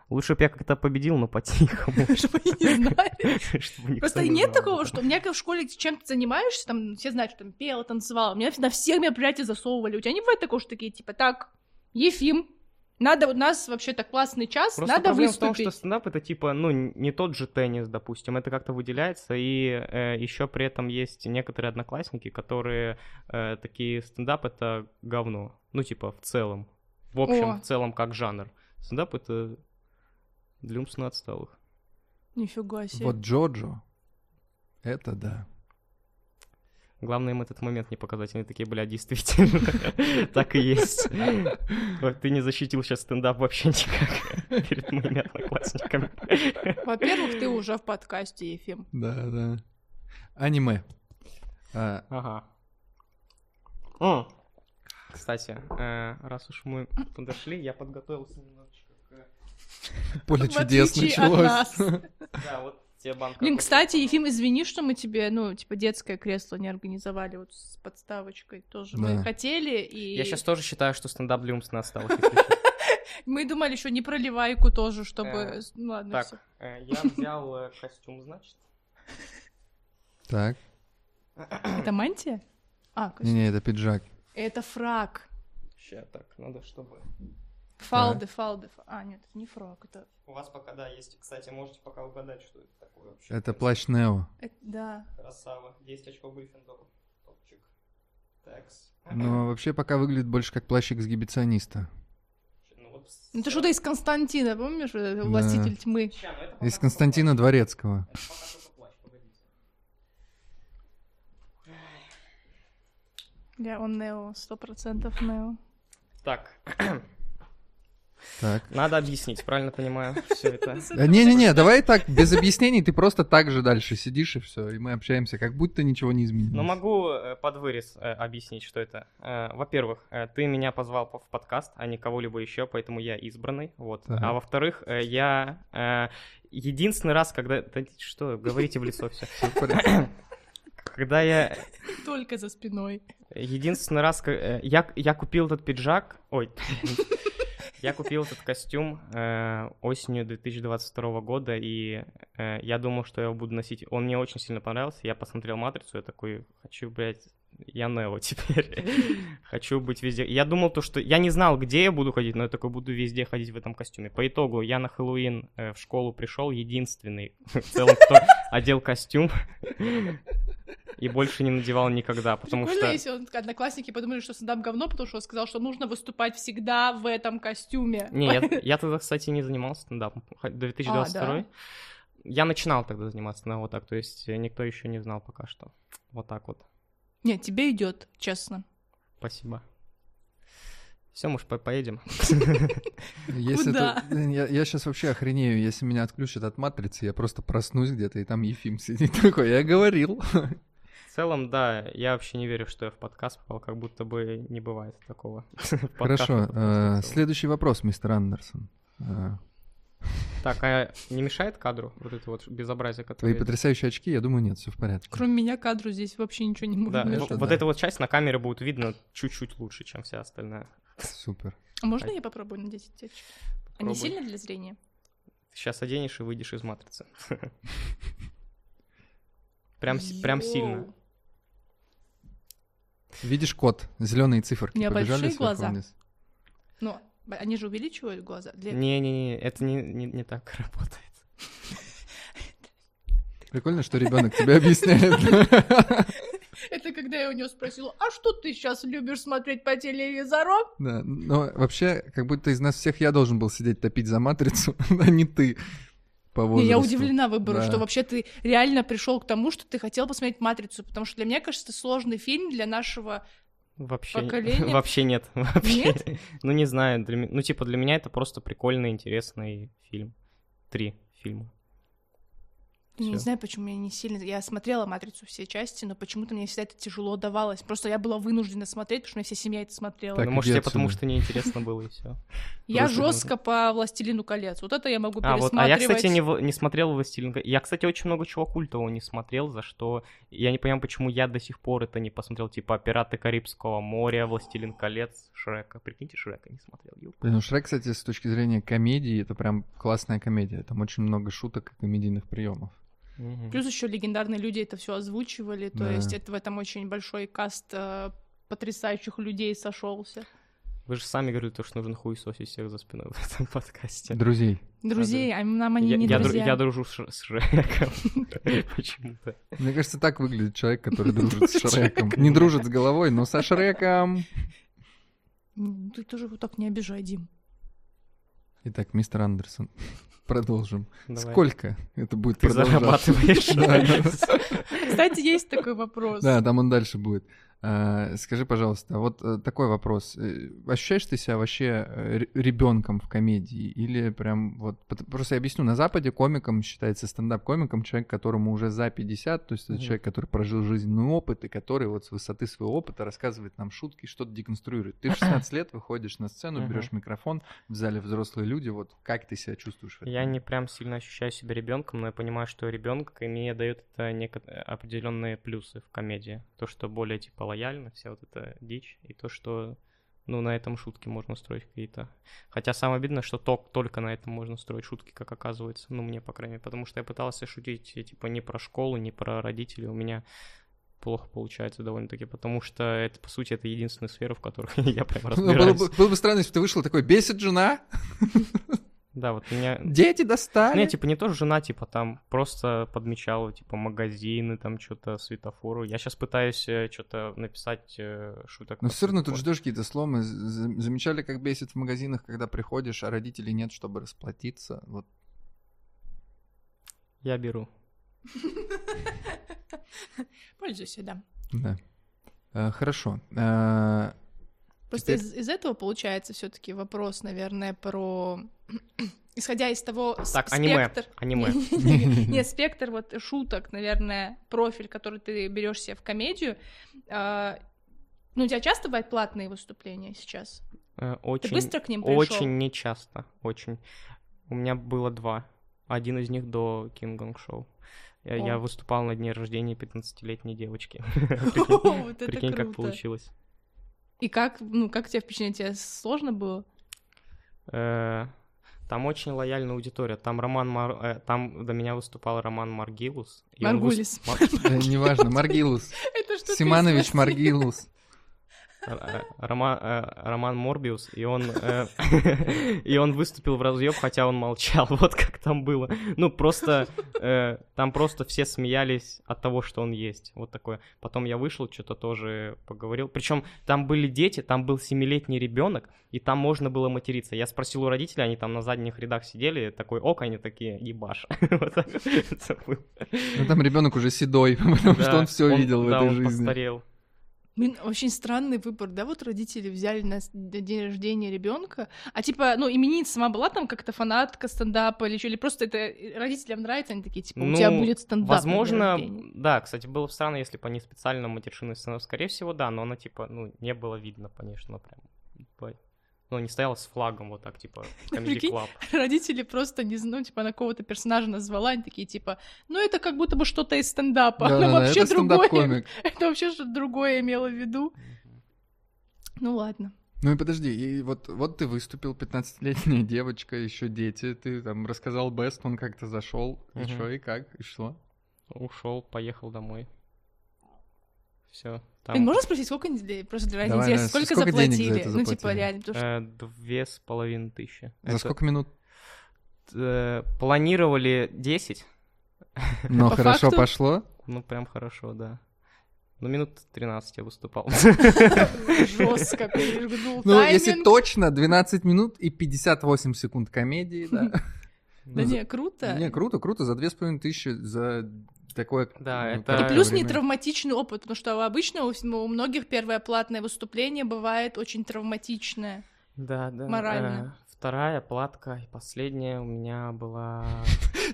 Лучше б я как-то победил, но по-тихому. Чтобы они не знали. чтобы никто Просто не нет знал об такого, этом. что у меня как в школе чем ты занимаешься, там все знают, что там пела, танцевала. Меня на всех мероприятиях засовывали. У тебя не бывает такого, что такие, типа, так, Ефим, надо, у нас вообще так классный час, Просто надо проблема в выступить. том, что стендап это типа, ну, н- не тот же теннис, допустим, это как-то выделяется, и еще при этом есть некоторые одноклассники, которые э, такие стендап это говно, ну, типа, в целом, в общем, О. в целом как жанр. Стендап это для умственно отсталых. Нифига себе. Вот Джоджо, это да. Главное им этот момент не показать, они такие, бля, действительно, так и есть. Вот Ты не защитил сейчас стендап вообще никак перед моими одноклассниками. Во-первых, ты уже в подкасте, Ефим. Да, да. Аниме. А, Ага. О, кстати, э, раз уж мы подошли, я подготовился немножечко. к- поле В чудес отличие от нас. началось. Да, вот тебе банка. Блин, кофе. кстати, Ефим, извини, что мы тебе, ну, типа, детское кресло не организовали вот с подставочкой. Тоже мы Да. хотели, и Я сейчас тоже считаю, что стендап для умственно отсталых. если честно. мы думали еще не проливайку тоже, Э, чтобы... Ну, ладно, всё. Так, э, я взял э, костюм, значит. Так, Это мантия? А, не, не, это пиджак. Это фраг. Ща, так, надо, чтобы... Фалды, фалды. фа- А, нет, это не фраг. Это... У вас пока, да, есть, кстати, можете пока угадать, что это такое вообще. Это плащ Нео. это- э, да. Красава, 10 очков Гриффиндора. Топчик. Такс. Но вообще пока выглядит больше как плащ эксгибициониста. Ну вот с- Ну, Это что-то из Константина, помнишь? вот это Властитель тьмы. Ща, ну это пока Из только Константина Дворецкого. Это пока только плащ, погодите. Да, он Нео, сто процентов Нео. Так. Так. Надо объяснить, правильно понимаю, все это. Э, Не-не-не, давай так, без объяснений, ты просто так же дальше сидишь и все, и мы общаемся, как будто ничего не изменилось. Но могу э, под вырез э, объяснить, что это. Э, Во-первых, э, ты меня позвал по- в подкаст, а не кого-либо еще, поэтому я избранный. Вот. Ага. А во-вторых, э, я э, единственный раз, когда... Да что, говорите в лицо все. Всё в порядке. Когда я... Только за спиной. Единственный раз... ка- э, Я, я купил этот пиджак... Ой, я купил этот костюм э, осенью 2022 года, и э, я думал, что я его буду носить. Он мне очень сильно понравился. Я посмотрел «Матрицу», я такой, хочу, блядь, я Нео теперь. хочу быть везде. Я думал то, что... Я не знал, где я буду ходить, но я такой буду везде ходить в этом костюме. По итогу я на Хэллоуин э, в школу пришел, единственный в целом, кто одел костюм. И больше не надевал никогда, потому Прикольно, что... если он- одноклассники подумали, что Саддам говно, потому что он сказал, что нужно выступать всегда в этом костюме. Не, я, я тогда, кстати, не занимался стендапом. Хоть до 2022. А, да. Я начинал тогда заниматься, но вот так, то есть э, никто еще не знал пока что. Вот так вот. Нет, тебе идет, честно. Спасибо. Все, может, по- поедем. Если Куда? это- я, сейчас вообще охренею, если меня отключат от матрицы, я просто проснусь где-то, и там Ефим сидит такой, я говорил. В целом, да, я вообще не верю, что я в подкаст попал, как будто бы не бывает такого. В подкаст я Хорошо, попал э, в целом. следующий вопрос, мистер Андерсон. Э, Так, а не мешает кадру вот это вот безобразие, Твои которое... потрясающие очки, я думаю, нет, все в порядке. Кроме меня кадру здесь вообще ничего не может Да, ну, Конечно, вот, да. вот эта вот часть на камере будет видно чуть-чуть лучше, чем вся остальная. Супер. А можно я попробую надеть эти очки? Они Попробуй. сильно для зрения? Сейчас оденешь и выйдешь из матрицы. Прям, с- прям сильно. Йоу. Видишь код, зеленые циферки У меня побежали большие сверху глаза. вниз. Ну, б- они же увеличивают глаза. Для- Не-не-не, это не, не, не так работает. Прикольно, что ребенок тебе объясняет. Это когда я у него спросила, а что ты сейчас любишь смотреть по телевизору? Да, но вообще, как будто из нас всех я должен был сидеть топить за матрицу, а не ты по Не, возрасту. я удивлена выбору, Да. что вообще ты реально пришел к тому, что ты хотел посмотреть «Матрицу», потому что для меня, кажется, сложный фильм для нашего... Вообще, Поколение? вообще нет. Вообще. Нет? Ну, не знаю. для ме- ну, типа, для меня это просто прикольный, интересный фильм. Три фильма. Не Всё. знаю, почему я ну, не сильно... Я смотрела «Матрицу» все части, но почему-то мне всегда это тяжело давалось. Просто я была вынуждена смотреть, потому что у меня вся семья это смотрела. Так, ну, может, иди тебе потому отсюда. что неинтересно было, и все. я просто жестко по «Властелину колец». Вот это я могу А, вот, пересматривать. а я, кстати, не, в- не смотрел «Властелин колец». Я, кстати, очень много чего культового не смотрел, за что... Я не понимаю, почему я до сих пор это не посмотрел. Типа «Пираты Карибского моря», «Властелин колец», «Шрека». Прикиньте, «Шрека» не смотрел. ёп. Блин, ну Шрек, кстати, с точки зрения комедии, это прям классная комедия. Там очень много шуток и комедийных приемов. Мгм. Плюс еще легендарные люди это все озвучивали, то Да. есть это в этом очень большой каст э, потрясающих людей сошелся. Вы же сами говорили, то, что нужен хуесосить всех за спиной в этом подкасте. Друзей. Друзей, а нам они я, не я дру- друзья. я дружу с, Ш- с Шреком. Почему-то. Мне кажется, так выглядит человек, который дружит с Шреком. Не дружит с головой, но со Шреком. М, Ты тоже вот так не обижай, Дим. Итак, мистер Андерсон, продолжим. Давай. Сколько это будет ты продолжаться? зарабатываешь? Кстати, есть такой вопрос. Да, там он дальше будет. А, Скажи, пожалуйста, вот э, такой вопрос. Э, Ощущаешь ты себя вообще ребенком в комедии? Или прям вот... пот- Просто я объясню, на Западе комиком считается стендап-комиком человек, которому уже за 50, то есть это Мгм. человек, который прожил жизненный опыт и который вот с высоты своего опыта рассказывает нам шутки, что-то деконструирует. Ты в 16 лет выходишь на сцену, Мгм. берешь микрофон, в зале взрослые люди, вот как ты себя чувствуешь? в этом? Я не прям сильно ощущаю себя ребенком, но я понимаю, что ребенок и мне дает это неко- определенные плюсы в комедии. То, что более типа лояльно, вся вот эта дичь, и то, что ну, на этом шутки можно строить какие-то. Хотя самое обидное, что ток- только на этом можно строить шутки, как оказывается. Ну, мне, по крайней мере, потому что я пытался шутить, э, типа, не про школу, не про родителей. У меня плохо получается довольно-таки, потому что это, по сути, это единственная сфера, в которой я прям Ну, было, разбираюсь. бы, было бы странно, если бы ты вышел такой, бесит жена, Да, вот меня... дети достали. Не, типа, не тоже жена, типа, там просто подмечала, типа, магазины, там, что-то, светофору. Я сейчас пытаюсь что-то написать э, шуток. Но про все равно тут светофор. ждешь какие-то сломы. З- з- Замечали, как бесит в магазинах, когда приходишь, а родителей нет, чтобы расплатиться. Вот. Я беру. Пользуйся, да. Да. Э, Хорошо. Э, Просто Теперь- из, из этого получается все-таки вопрос, наверное, про... Исходя из того с- Так, аниме. спектр... Аниме. Нет, спектр вот шуток, наверное, профиль, который ты берешь себе в комедию. а, Ну, у тебя часто бывают платные выступления сейчас? Э, Ты Очень, быстро к ним пришел? очень нечасто. Очень. У меня было два. Один из них до Кингонг Шоу. Я, я О. выступал на дне рождения 15-летней девочки. Прикинь, Вот это прикинь, как круто. получилось. И как, ну, как тебе впечатление? Тебе сложно было? Э, Там очень лояльная аудитория. Там Роман Мар- э, там до меня выступал Роман Маргилус. и он Маргулис. выступал- Да, э, Неважно, Маргилус. Это что-то из Симанович России. Маргилус. Р- э, Рома- э, Роман Морбиус, и он, э, и он выступил в разъеб, хотя он молчал, вот как там было. Ну, просто, э, там просто все смеялись от того, что он есть, вот такое. Потом я вышел, что-то тоже поговорил. Причем там были дети, там был семилетний ребенок, и там можно было материться. Я спросил у родителей, они там на задних рядах сидели, такой, ок, они такие, ебаш. Вот так вот это было. Ну там ребенок уже седой, потому Ну, что Да, он все видел в да, этой он жизни. постарел. Блин, очень странный выбор, да? Вот родители взяли на с- на день рождения ребенка, а типа, ну, именинница сама была там как-то фанатка стендапа или что, или просто это э, родителям нравится, они такие, типа, у Ну, тебя будет стендап. на день Возможно, рождения». да, кстати, было бы странно, если бы они специально матершины сцену, скорее всего, да, но она, типа, ну, не было видно, конечно, прям, б- ну, не стояла с флагом вот так, типа, Comedy Прикинь. Club. Родители просто не знают, типа, она кого-то персонажа назвала, они такие, типа, ну, это как будто бы что-то из стендапа. Да, Она да, да, вообще это другое. стендап-комик. Это вообще что-то другое имела в виду. Ну, ладно. Ну и подожди, и вот, вот ты выступил, 15-летняя девочка, еще дети, ты там рассказал Бест, он как-то зашел, и Мгм. что, и как, и что? Ушел, поехал домой. Все. Блин, можно спросить, сколько, недель- просто для ради Давай, интереса, да, сколько, сколько денег за заплатили? это Ну, типа, заплатили? реально, потому что э, Две с половиной тысячи. За Это, сколько минут? э, Планировали 10, Но По хорошо факту- пошло. ну, прям хорошо, да. Ну, минут 13 я выступал. жестко перегнул Ну, если тайминг. точно, 12 минут и 58 секунд комедии, да. Да не, круто. Не, круто, круто, за 2500 за такое... Да, ну, это- короткое И плюс не время. травматичный опыт, потому что обычно у, вс- ну, у многих первое платное выступление бывает очень травматичное. Да, да. Морально. э, Вторая платка и последняя у меня была...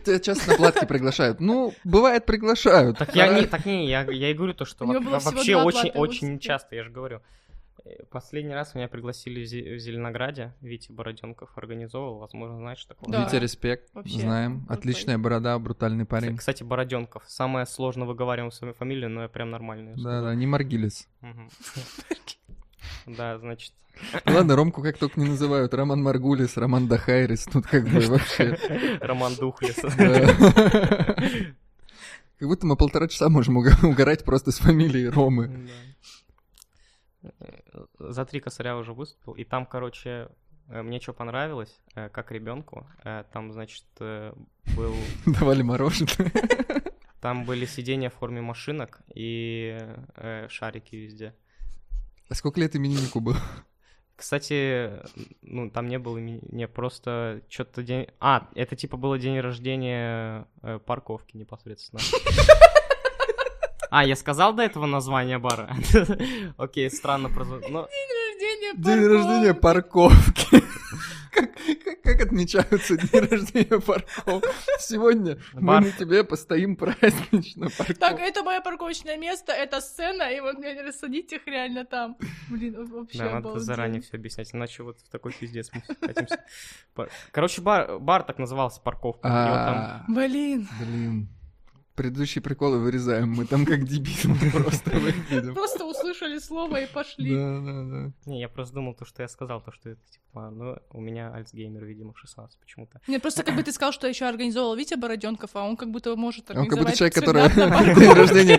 Тебя часто на платки приглашают. Ну, бывает, приглашают. Так я не, так не, я, я и говорю то, что У него во- было всего вообще два очень, платных очень выступления. часто, я же говорю. Э, Последний раз меня пригласили в Зе- в Зеленограде, Витя Бороденков организовал, возможно, знаешь такого. Да. Витя, респект. Вообще, ну, Знаем. крутой. Отличная борода, брутальный парень. Кстати, Бороденков. Самое сложно выговариваем свою фамилию, но я прям нормально. её Да, да, не Маргилис. скажу. Мгм. Да, значит. Ладно, Ромку как только не называют. Роман Маргулис, Роман Дахайрис. Тут как бы вообще... Роман Духлес. да. Как будто мы полтора часа можем уго- угорать просто с фамилией Ромы. Да. Э, За три косаря уже выступил. И там, короче, э, мне что понравилось, э, как ребенку, там, значит, э, был, Давали мороженое. там были сиденья в форме машинок и э, шарики везде. А сколько лет имениннику было? Кстати, ну, там не было не просто что-то день... А, это типа было день рождения э, парковки непосредственно. А, я сказал до этого название бара? Окей, странно прозвучало. Ну, День рождения День рождения парковки. Как, как- как отмечаются дни рождения парков? Сегодня мы Бар. на тебе постоим празднично. парков. Так, это мое парковочное место, это сцена, и вот меня не рассадить их реально там. Блин, в- вообще Да, надо обалденно. заранее все объяснять, иначе вот в такой пиздец мы скатимся. Пар- Короче, бар, бар так назывался, парковка. И вот там- А, Блин, Блин. Предыдущие приколы вырезаем, мы там как дебилы просто выглядим. просто услышали слово и пошли. Да, да, да. Не, я просто думал то, что я сказал, то, что это типа, ну, у меня Альцгеймер, видимо, в 16 почему-то. Мне просто как бы ты сказал, что еще организовал Витя Бороденков, а он как будто может Он как организовать будто человек, стендап на который день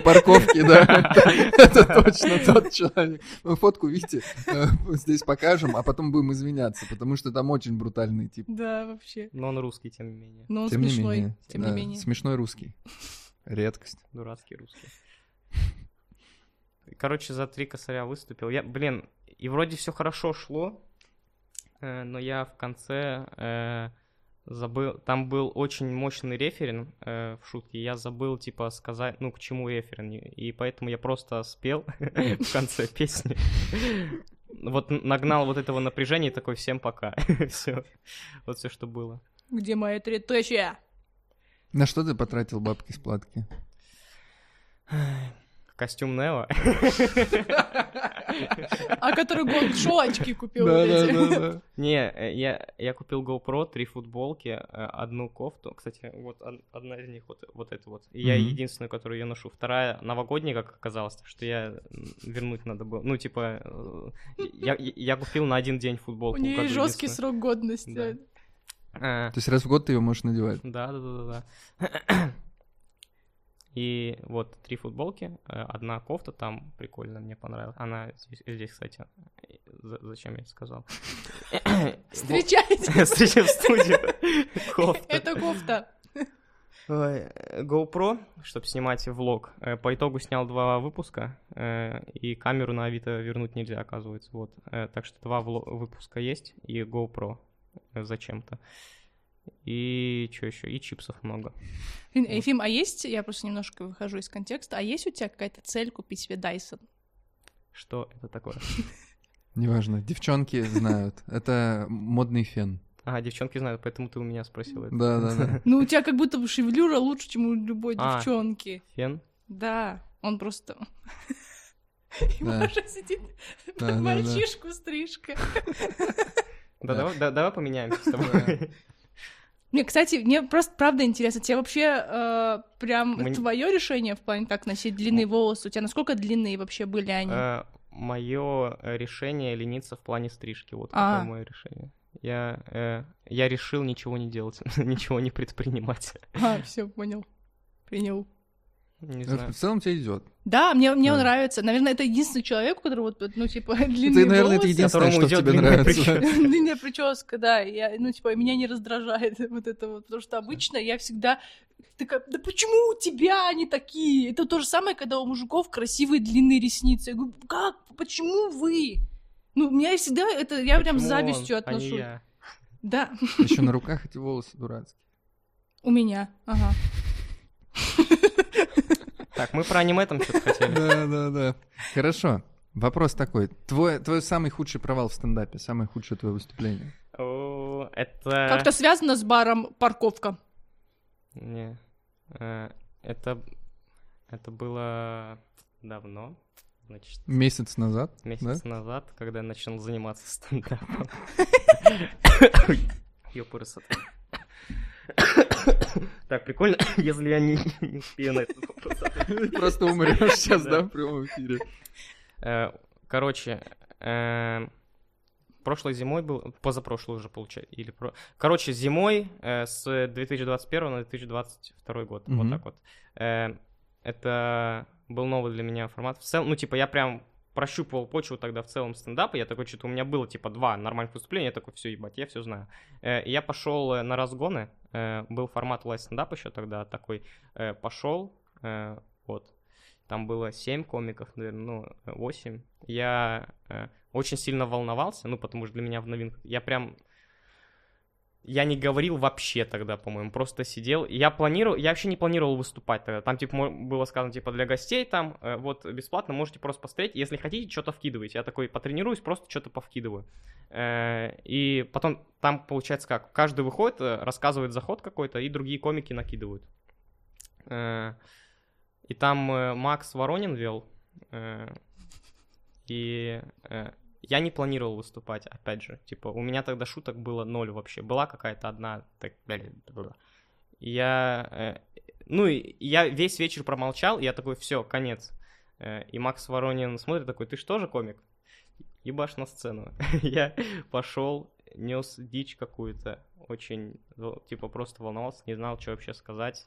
рождения парковки, парковке. да. Это точно тот человек. Вы фотку видите, э, здесь покажем, а потом будем извиняться, потому что там очень брутальный тип. Да, вообще. Но он русский, тем не менее. Но он Тем не Ну, смешной, менее, тем да, не менее. Смешной русский. Редкость. Дурацкий русский. Короче, за три косаря выступил. Я, блин, и вроде все хорошо шло, э, но я в конце э, забыл. Там был очень мощный референ э, в шутке. Я забыл, типа, сказать, ну, к чему референ. И и поэтому я просто спел в конце песни. вот н- нагнал вот этого напряжения и такой всем пока. все. Вот все, что было. Где мои три тысячи? На что ты потратил бабки с платки? Костюм Нео. А который год шочки купил. вот эти. Не, э, я, я купил GoPro, три футболки, э, одну кофту. Кстати, вот од- одна из них вот, вот эта вот. И я Мгм. единственную, которую я ношу. Вторая новогодняя, как оказалось, так что я м, вернуть надо было. Ну, типа, э, я, я купил на один день У футболку. нее каждую жесткий единственную. срок годности. Да. да. Э, То есть раз в год ты ее можешь надевать. Да, да, да, да, да. И вот три футболки, э, одна кофта там прикольно, мне понравилась. Она здесь, здесь, кстати. Э, за- Зачем я это сказал? Встречайте. Встреча в студии. Кофта. Это кофта. Э, Ой, э, GoPro, чтобы снимать влог. Э, По итогу снял два выпуска, э, и камеру на Авито вернуть нельзя, оказывается. Вот. Э, Так что два вло- выпуска есть, и GoPro э, зачем-то. И что еще? И чипсов много. Блин, Эфим, а есть, я просто немножко выхожу из контекста, а есть у тебя какая-то цель купить себе Дайсон? Что это такое? Неважно. Девчонки знают. Это модный фен. А, девчонки знают, поэтому ты у меня спросил это. Да, да, да. Ну, у тебя как будто бы шевелюра лучше, чем у любой А. девчонки. Фен? Да, он просто... И Да. Маша сидит Да, да, да. под мальчишку стрижка. Да. Да, давай, да- давай поменяемся с Да. тобой. Мне, кстати, мне просто правда интересно, тебе вообще э, прям Мне- твое решение в плане как носить длинные волосы? У тебя насколько длинные вообще были они? Э. Мое Э, решение лениться в плане стрижки. Вот А. какое мое решение. Я, э, я решил ничего не делать, ничего не предпринимать. А, все, понял. Принял. Не Это знаю. В целом тебе идет. Да, мне, мне он Да. нравится. Наверное, это единственный человек, у которого, вот, ну, типа, длинные Ты, наверное, это волосы. единственное, Которому что в идет тебе длинная нравится. прическа. Длинная прическа, да. Я, ну, типа, меня не раздражает вот это вот, потому что обычно я всегда такая, да почему у тебя они такие? Это то же самое, когда у мужиков красивые длинные ресницы. Я говорю, как? Почему вы? Ну, у меня всегда это, я прям с Почему завистью он, а не отношусь. я? Да, Еще на руках эти волосы дурацкие. у меня, ага. Так, мы про аниме там что-то хотели. Да, да, да. Хорошо. Вопрос такой. Твой, твой самый худший провал в стендапе, самое худшее твое выступление. О, Как-то Это... связано с баром парковка. Не. Э, Это... Это было давно. Значит, Месяц назад? месяц назад, когда я начал заниматься стендапом. Ёпыры, сатан. Так, прикольно, если я не, не успею на этот вопрос Ты просто умрешь сейчас, Да. да, в прямом эфире. Э, Короче, эм, прошлой зимой был, позапрошлой уже получается, или про... Короче, зимой э, с 2021 на 2022 год, вот Мгм. так вот. Э, Это был новый для меня формат. В целом, ну, типа, я прям прощупывал почву тогда в целом стендапа, я такой, что-то у меня было, типа, два нормальных выступления, я такой, все, ебать, я все знаю. Э, и Я пошел э, на разгоны, э, был формат лайв стендап еще тогда такой, пошел, вот, там было 7 комиков, наверное, ну, 8. Я э, очень сильно волновался, ну, потому что для меня в новинках. Я прям... Я не говорил вообще тогда, по-моему, просто сидел. Я планировал, я вообще не планировал выступать тогда. Там, типа, мо- было сказано, типа, для гостей там, э, вот, бесплатно можете просто посмотреть. Если хотите, что-то вкидывайте. Я такой потренируюсь, просто что-то повкидываю. Э, И потом там получается как? Каждый выходит, э, рассказывает заход какой-то, и другие комики накидывают. Э, и там э, Макс Воронин вел. э, И э, я не планировал выступать, опять же. Типа, у меня тогда шуток было ноль вообще. Была какая-то одна. Так, блин, бла. Я... э, Ну, и я весь вечер промолчал, и я такой, все, конец. Э, И Макс Воронин смотрит такой, ты что же комик? Ебашь на сцену. Я пошел, нес дичь какую-то. Очень, ну, типа, просто волновался, не знал, что вообще сказать.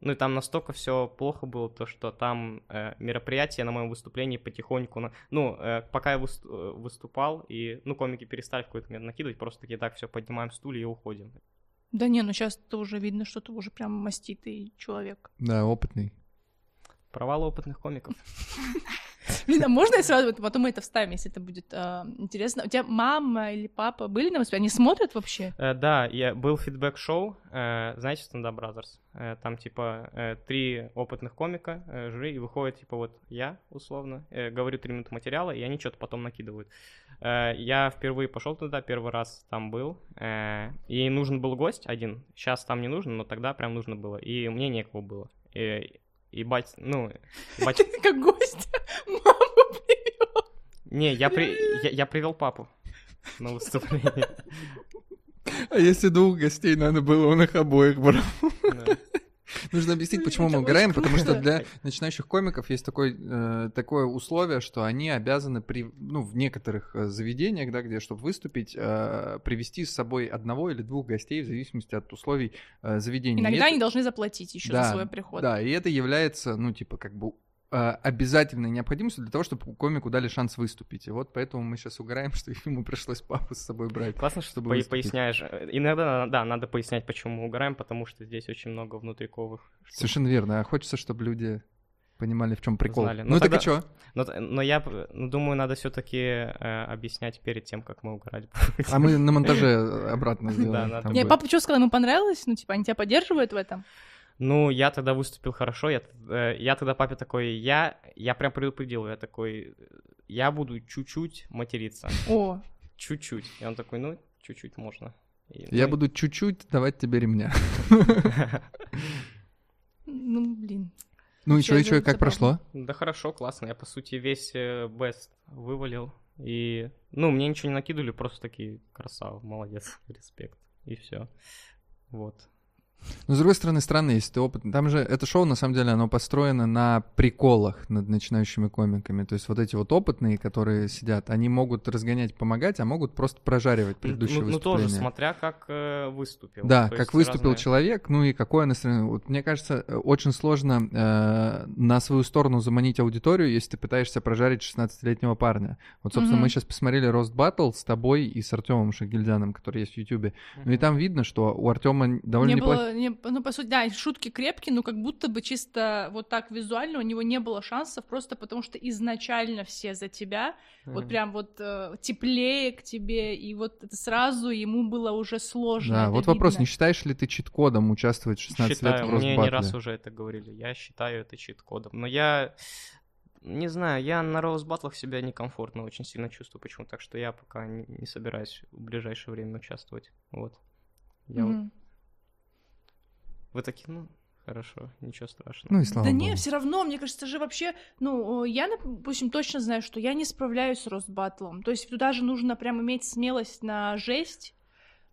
Ну и там настолько все плохо было, то что там э, мероприятие на моем выступлении потихоньку... на- Ну, э, пока я выс- э, выступал, и, ну, комики перестали в какой-то момент накидывать, просто такие, так, все, поднимаем стулья и уходим. Да не, ну сейчас то уже видно, что ты уже прям маститый человек. Да, опытный. Провал опытных комиков. Блин, а можно я сразу, вот потом мы это вставим, если это будет э, интересно. У тебя мама или папа были на воспитании? Они смотрят вообще? Э, Да, я был фидбэк-шоу, э, знаете, Stand Up Brothers. Э, Там, типа, э, три опытных комика, э, жюри, и выходит, типа, вот я, условно, э, говорю три минуты материала, и они что-то потом накидывают. Э, Я впервые пошел туда, первый раз там был, э, и нужен был гость один. Сейчас там не нужно, но тогда прям нужно было, и мне некого было. И, и бать, ну, бать... Ты как гость маму привел. Не, я, при... я, я привел папу на выступление. А если двух гостей надо было, он их обоих брал. Да. Нужно объяснить, Блин, почему это мы угораем, очень потому что круто. для начинающих комиков есть такой, э, такое условие, что они обязаны при, ну, в некоторых э, заведениях, да, где, чтобы выступить, э, привести с собой одного или двух гостей в зависимости от условий э, заведения. И Иногда это- они должны заплатить еще Да, за свой приход. Да, и это является, ну, типа, как бы э, обязательной необходимостью для того, чтобы комику дали шанс выступить. И вот поэтому мы сейчас угораем, что ему пришлось папу с собой брать. Классно, что ты чтобы пое- выступить. поясняешь. э, Иногда, да, надо пояснять, почему мы угораем, потому что здесь очень много внутриковых. штук. Совершенно верно. А хочется, чтобы люди понимали, в чем прикол. Знали. Ну, Ну, так и тогда- чё? Но, т- но я п- ну, думаю, надо все-таки объяснять перед тем, как мы угорать будем. А мы на монтаже э, обратно сделаем. надо там Не, будет. папа что сказал, ему понравилось? Ну, типа, они тебя поддерживают в этом? Ну, я тогда выступил хорошо, я, т- э, я тогда папе такой, я, я прям предупредил, я такой, я буду чуть-чуть материться, О, чуть-чуть. И он такой, ну, чуть-чуть можно. И, Я ну, буду чуть-чуть давать тебе ремня. ну, блин. Ну и Вообще, что, и чё, и это как прошло? Да хорошо, классно. Я, по сути, весь э, бест вывалил. И, ну, мне ничего не накидывали, просто такие, красава, молодец, респект. И все. Вот. Ну, с другой стороны, странно, если ты опытный. Там же это шоу, на самом деле, оно построено на приколах над начинающими комиками. То есть вот эти вот опытные, которые сидят, они могут разгонять, помогать, а могут просто прожаривать предыдущие ну, ну, выступления. тоже, смотря как э, выступил. Да, То как есть выступил разные- человек, ну и какое настроение. Вот мне кажется, э, очень сложно э, на свою сторону заманить аудиторию, если ты пытаешься прожарить 16-летнего парня. Вот, собственно, Мгм. мы сейчас посмотрели Рост Баттл с тобой и с Артемом Шагильдяном, который есть в Ютубе. Ну и там видно, что у Артема довольно Не неплохо. было, не- ну, по сути, да, шутки крепкие, но как будто бы чисто вот так визуально у него не было шансов, просто потому что изначально все за тебя, Мгм. вот прям вот э, теплее к тебе, и вот это сразу ему было уже сложно. Да, это вот вопрос, видно. не считаешь ли ты чит-кодом участвовать в 16 лет Считаю, в Рост мне не Баттле? раз уже это говорили. Я считаю это чит-кодом. Но я не знаю, я на роуз батлах себя некомфортно очень сильно чувствую. Почему? Так что я пока не, не собираюсь в ближайшее время участвовать. Вот. Я вот- Мгм. Вы такие, ну, хорошо, ничего страшного. Ну и слава да богу. не, все равно, мне кажется, же вообще, ну, э, я, допустим, точно знаю, что я не справляюсь с Росбатлом. То есть туда же нужно прям иметь смелость на жесть.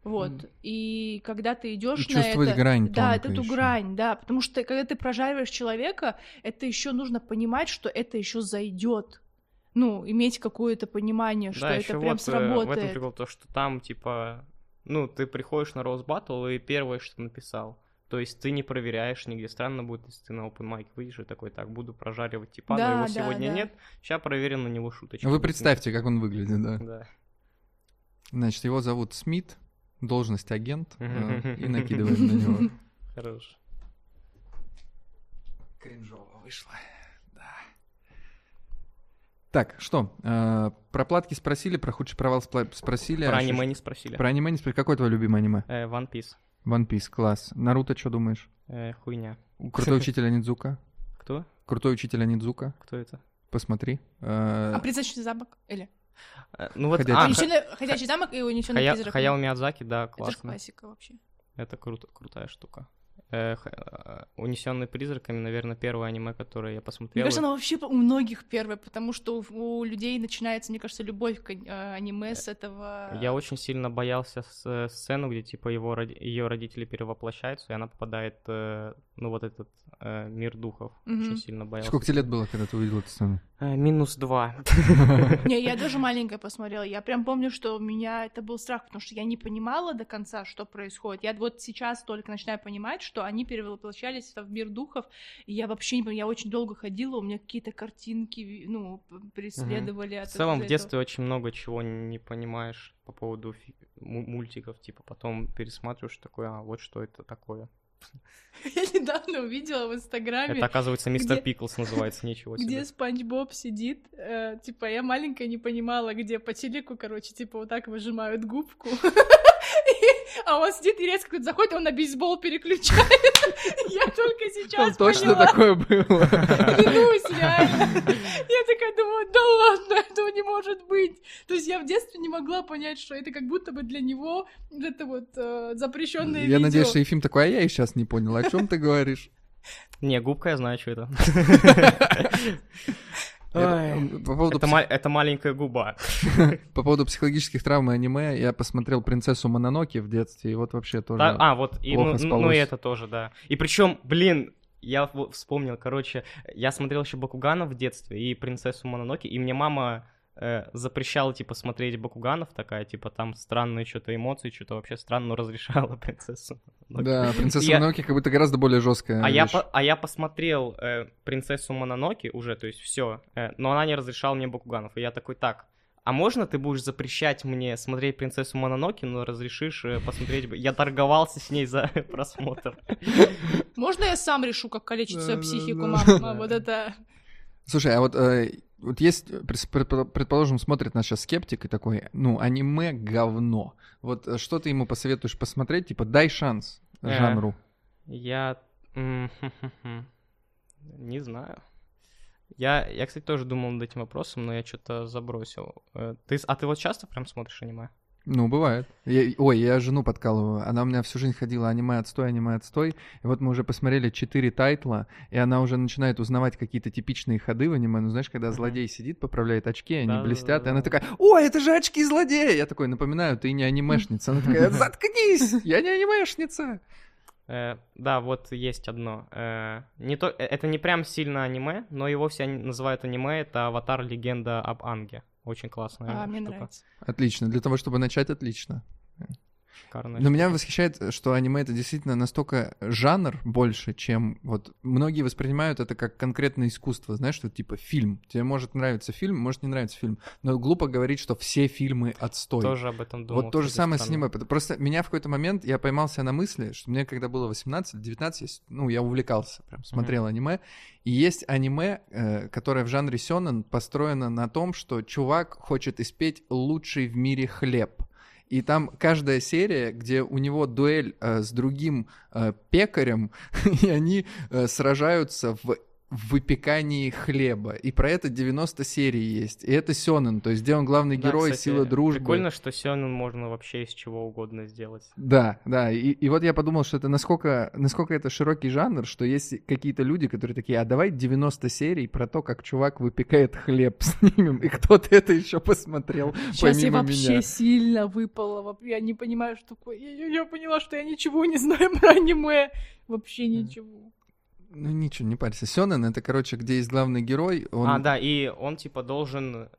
Вот. Мгм. И когда ты идешь И на чувствовать это. грань Да, тонко это эту ещё. грань, да. Потому что когда ты прожариваешь человека, это еще нужно понимать, что это еще зайдет. Ну, иметь какое-то Ну, понимание, что да, это еще прям вот э, в этом сработает. прикол, то, что там, типа, ну, ты приходишь на роуз баттл и первое, что написал. То есть ты не проверяешь нигде. Странно будет, если ты на open майк выйдешь и такой, так, буду прожаривать типа, Да, но его да, сегодня да. нет. Сейчас проверим на него шуточку. Ну, Вы представьте, как он выглядит, да. Да. Значит, его зовут Смит, должность агент, э, и накидываем на него. Хорош. Кринжово вышло. Да. Так, что? э, про платки спросили, про худший провал спла- спросили. Про а аниме ещё- не спросили. Про аниме не спросили. Какое твое любимое аниме? Э, One Piece. One Piece, класс. Наруто, что думаешь? Э, хуйня. Крутой учитель Анидзука. Кто? Крутой учитель Анидзука. Кто это? Посмотри. А Э, призрачный замок? Или? Э, ну вот, Ходячий- а, Ха- Унесённый- Ходячий замок и унесенный Хая- призрак. Хаяо Миядзаки, да, Это же классно. классика вообще. Это круто, крутая штука. э, Унесенный призраками, наверное, первое аниме, которое я Мне посмотрел. кажется, оно вообще у многих первое, потому что у, у людей начинается, мне кажется, любовь к ани- э, аниме с этого. Я очень сильно боялся с- э, сцену, где типа его ее родители перевоплощаются, и она попадает, э, ну вот этот э, мир духов. Мгм. Очень сильно боялся. Сколько тебе лет было, когда ты увидел эту сцену? Э, минус два. Не, я даже маленькая посмотрела. Я прям помню, что у меня это был страх, потому что я не понимала до конца, что происходит. Я вот сейчас только начинаю понимать, что они перевоплощались в мир духов, и я вообще не понимаю. Я очень долго ходила, у меня какие-то картинки, ви- ну, п- преследовали. В от целом, этого- в детстве очень много чего не понимаешь по поводу фи- му- мультиков, типа потом пересматриваешь такое, а вот что это такое. Я недавно увидела в Инстаграме, Это, оказывается, мистер Где- Пиклс называется, ничего где себе. Спанч Боб сидит. э, типа, я маленькая не понимала, где по телеку, короче, типа, вот так выжимают губку. И- А он сидит и резко кто-то заходит, он на бейсбол переключает. Я только Там сейчас точно поняла. такое было. Клянусь, реально. Я такая думаю, да ладно, этого не может быть. То есть я в детстве не могла понять, что это как будто бы для него вот это вот э, запрещенное видео. Я надеюсь, что Ефим такой, а я и сейчас не понял, о чем ты говоришь. Не, губка, я знаю, что это. Ой. Это- По поводу Это ма- это маленькая губа. По поводу психологических травм и аниме, я посмотрел «Принцессу Мононоки» в детстве, и вот вообще тоже... Да, а, вот, и, плохо ну, ну, ну спалось. и это тоже, да. И причем, блин, я в- вспомнил, короче, я смотрел еще Бакугана в детстве и принцессу Мононоки, и мне мама э, запрещала, типа, смотреть Бакуганов, такая, типа, там странные что-то эмоции, что-то вообще странно но разрешала принцессу Мононоки. Да, «Принцесса Я- Мононоки» как будто гораздо более жесткая А я, вещь. по- а я посмотрел э, «Принцессу Мононоки» уже, то есть все, но она не разрешала мне Бакуганов, и я такой, так, а можно ты будешь запрещать мне смотреть «Принцессу Мононоки», но разрешишь э, посмотреть... Б- Я торговался с ней за просмотр. Можно я сам решу, как калечить свою психику, Да-да-да. мама? Вот это... Слушай, а вот, э, вот есть, э, прес- предпо- предположим, смотрит нас сейчас скептик и такой, ну, аниме — говно. Вот э, что ты ему посоветуешь посмотреть? Типа, дай шанс Э. жанру. Я... м, Не знаю. Я, я, кстати, тоже думал над этим вопросом, но я что-то забросил. Э, Ты, с- а ты вот часто прям смотришь аниме? Ну, бывает. Я- ой, я жену подкалываю. Она у меня всю жизнь ходила аниме отстой, аниме отстой. И вот мы уже посмотрели четыре тайтла, и она уже начинает узнавать какие-то типичные ходы в аниме. Ну, знаешь, когда Мгм. злодей сидит, поправляет очки, и они Да-да-да-да. блестят, и она такая, ой, это же очки злодея! Я такой, напоминаю, ты не анимешница. Она такая, заткнись, я не анимешница! Э, да, вот есть одно. Э, не то, э, это не прям сильно аниме, но его все ани- называют аниме. Это «Аватар. Легенда об Анге». Очень классная А, мне штука, нравится. Отлично, для того, чтобы начать, отлично. шикарная Но штука. меня восхищает, что аниме это действительно настолько жанр больше, чем вот многие воспринимают это как конкретное искусство, знаешь, что типа фильм. Тебе может нравиться фильм, может не нравится фильм, но глупо говорить, что все фильмы отстой. Тоже об этом думал. вот то же кстати, самое с странно. аниме. Пот- Просто меня в какой-то момент я поймался на мысли, что мне когда было 18, 19, я с- ну, я увлекался, прям смотрел аниме. И есть аниме, э, которое в жанре сёнэн построено на том, что чувак хочет испечь лучший в мире хлеб. И там каждая серия, где у него дуэль э, с другим э, пекарем, и они э, сражаются в в выпекании хлеба. И про это 90 серий есть. И это Сёнэн, то есть где он главный Да, герой, кстати, сила дружбы. Прикольно, что Сёнэн можно вообще из чего угодно сделать. Да, да. И, и вот я подумал, что это насколько, насколько это широкий жанр, что есть какие-то люди, которые такие, а давай 90 серий про то, как чувак выпекает хлеб снимем, и кто-то это еще посмотрел, Сейчас я помимо вообще меня. сильно выпала. во- Я не понимаю, что такое. Я, я- я поняла, что я ничего не знаю про аниме. Вообще ничего. Ну ничего, не парься. Сёнэн — это, короче, где есть главный герой, он... А, да, и он типа должен...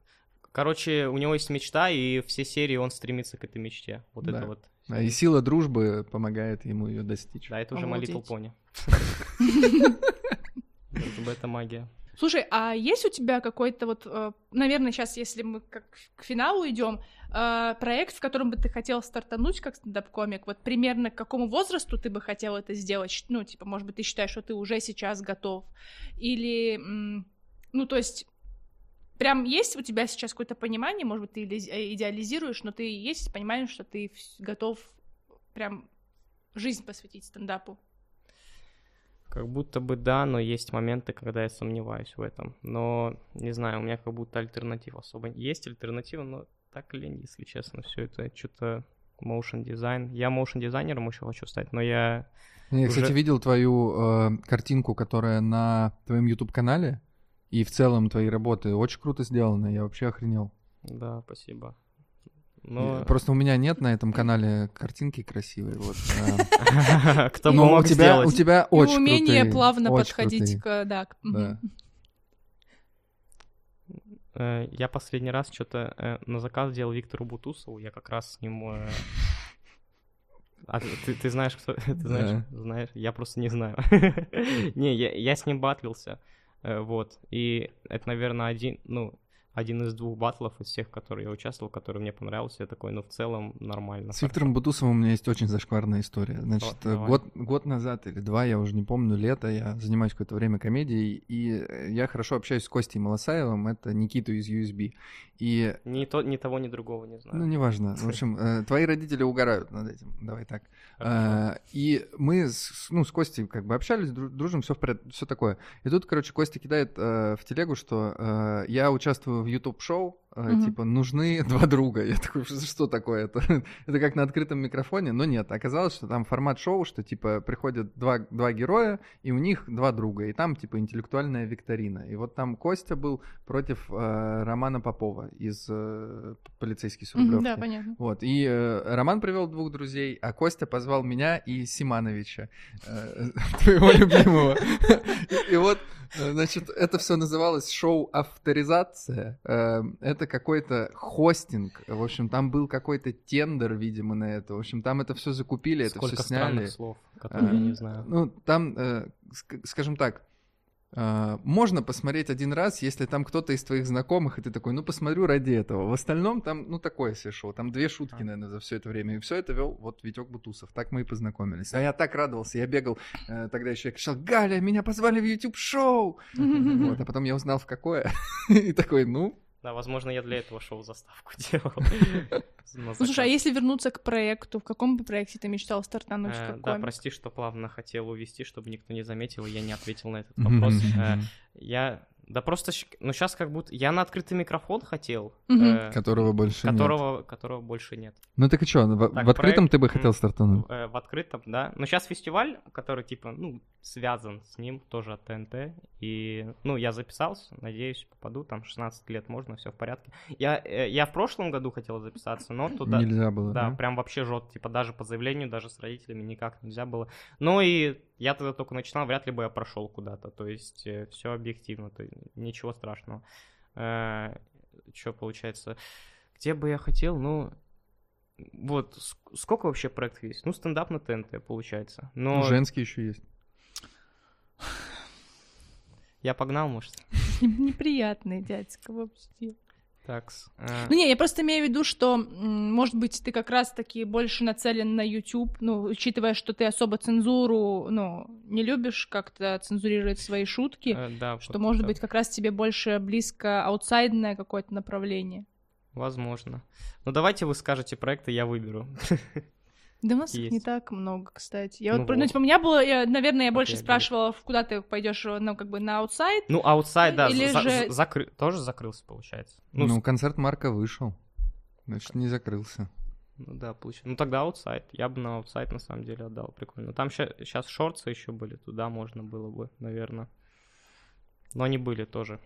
Короче, у него есть мечта, и все серии он стремится к этой мечте. Вот Да. А это вот. да, э, и сила дружбы помогает ему ее достичь. Да, это уже My Little Обалдеть. Pony. Это бета-магия. Слушай, а есть у тебя какой-то вот, э, наверное, сейчас, если мы как к финалу идем, э, проект, в котором бы ты хотел стартануть как стендап-комик, вот примерно к какому возрасту ты бы хотел это сделать? Щ- Ну, типа, может быть, ты считаешь, что ты уже сейчас готов? Или, м, ну, то есть, прям есть у тебя сейчас какое-то понимание, может быть, ты илиз- э, идеализируешь, но ты есть понимание, что ты вс- готов прям жизнь посвятить стендапу? Как будто бы да, но есть моменты, когда я сомневаюсь в этом. Но не знаю, у меня как будто альтернатив особо есть альтернатива, но так лень, если честно, все это что-то motion дизайн. Я motion дизайнером еще хочу стать, но я Ну, Я, кстати, Уже- видел твою э, картинку, которая на твоем YouTube-канале, и в целом твои работы очень круто сделаны, я вообще охренел. да, спасибо. Но Ну, Э, Просто у меня нет на этом канале картинки красивые. Вот, э. кто бы Но у мог тебя, у сделать? тебя И очень умение крутые, плавно очень подходить крутые. к, да, к- мгм. Да. Э, Я последний раз что-то э, на заказ делал Виктору Бутусову, я как раз с ним. э, А ты- ты, ты знаешь, кто? Ты знаешь, знаешь? Я просто не знаю. Не, я, я с ним батлился, э, вот. И это, наверное, один, ну, один из двух батлов из всех, которые я участвовал, который мне понравился. Я такой, ну, в целом нормально. С Виктором Бутусовым у меня есть очень зашкварная история. Значит, О, давай. год, год назад или два, я уже не помню, лето, я занимаюсь какое-то время комедией, и э, я хорошо общаюсь с Костей Малосаевым, это Никиту из USB. И, Ни, то, ни того, ни другого не знаю. ну, неважно, в общем, э, твои родители угорают над этим, давай так. Хорошо. А, И мы с, ну, с Костей как бы общались, дру- дружим, все в порядке, все такое. И тут, короче, Костя кидает э, в телегу, что э, я участвую в YouTube-шоу, э, Мгм. типа, нужны два друга. Я такой, «Что- что такое это? это как на открытом микрофоне, но нет. Оказалось, что там формат шоу, что, типа, приходят два, два героя, и у них два друга, и там, типа, интеллектуальная викторина. И вот там Костя был против э, Романа Попова из э, «Полицейский с Мгм, Да, Рублевки». понятно. Вот, и э, Роман привел двух друзей, а Костя позвал меня и Симановича, э, твоего любимого. И- И вот, э, значит, это все называлось шоу «Авторизация». Э, Это какой-то хостинг, в общем, там был какой-то тендер, видимо, на это. В общем, там это все закупили, это все Сколько сняли. странных слов, которые я Мгм. не знаю. Ну, там, э, ск- скажем так, э, можно посмотреть один раз, если там кто-то из твоих знакомых, и ты такой, ну, посмотрю ради этого. В остальном там, ну, такое себе шоу. Там две шутки, А. наверное, за все это время. И все это вел вот Витек Бутусов. Так мы и познакомились. А я так радовался. Я бегал э, тогда еще, я кричал, Галя, меня позвали в YouTube-шоу! Вот, а потом я узнал, в какое. И такой, ну, Да, возможно, я для этого шоу заставку делал. На Ну, Слушай, а заказ. если вернуться к проекту, в каком бы проекте ты мечтал стартануть? в Э, каком? Да, прости, что плавно хотел увести, чтобы никто не заметил, и я не ответил на этот Мгм. вопрос. Э, Я, да просто, щ- ну сейчас как будто, я на открытый микрофон хотел, Мгм. э, которого больше нет. которого, которого больше нет. Ну, так и что, в Так, в открытом проект- ты бы М. хотел стартануть? Э, В открытом, да. Но сейчас фестиваль, который типа, ну, связан с ним, тоже от ТНТ. И, ну, я записался, надеюсь, попаду, там 16 лет можно, все в порядке. Я, э, я в прошлом году хотел записаться, но туда... Нельзя Ну было, Да, да? прям вообще жжет, типа даже по заявлению, даже с родителями никак нельзя было. Ну и я тогда только начинал, вряд ли бы я прошел куда-то, то есть все объективно, то есть ничего страшного. Что получается? Где бы я хотел, ну... Вот, ск- сколько вообще проектов есть? Ну, стендап на ТНТ, получается. Но Женский еще есть. я погнал, может. Неприятный дядька вообще. Так. А. Ну не, я просто имею в виду, что, м, может быть, ты как раз-таки больше нацелен на YouTube, ну, учитывая, что ты особо цензуру, ну, не любишь как-то цензурировать свои шутки, да, что, Э, вот может так. быть, как раз тебе больше близко аутсайдное какое-то направление. Возможно. Ну, давайте вы скажете проекты, я выберу. Да у нас их не Есть. так много, кстати. Я Ну вот, про- ну, вот. типа, у меня было, я, наверное, я Вот больше я и говорю. спрашивала, в- куда ты пойдешь, ну, как бы на аутсайд. Ну, аутсайд, да, Или за- же- за- закры- тоже закрылся, получается. Ну, с- концерт Марка вышел. Значит, не закрылся. Ну да, получается. Ну тогда аутсайд. Я бы на аутсайд на самом деле отдал. Прикольно. Там сейчас шорцы еще были, туда можно было бы, наверное. Но они были тоже.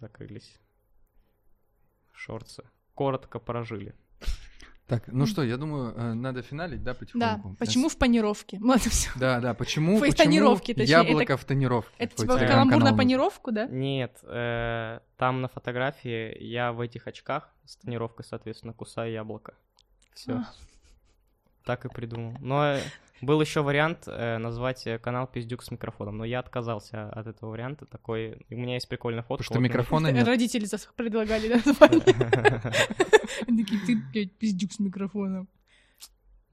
Закрылись. Шорцы. Коротко прожили. Так, ну что, я думаю, э, надо финалить, да, Да, потихоньку? почему в панировке? Ну, это всё. Да, да, почему... В почему тонировке, точнее, Яблоко в тонировке. Это твой типа вот телеграм-канал каламбур на называется. панировку, Ну, да? Нет, э, там на фотографии я в этих очках с тонировкой, соответственно, кусаю яблоко. Все. А. Так и придумал. Но э, был еще вариант э, назвать э, канал Пиздюк с микрофоном, но я отказался от этого варианта. Такой, у меня есть прикольная Потому фотка. что вот на- микрофона нет. Родители за- предлагали, да, название? Они такие, ты, блядь, пиздюк с микрофоном.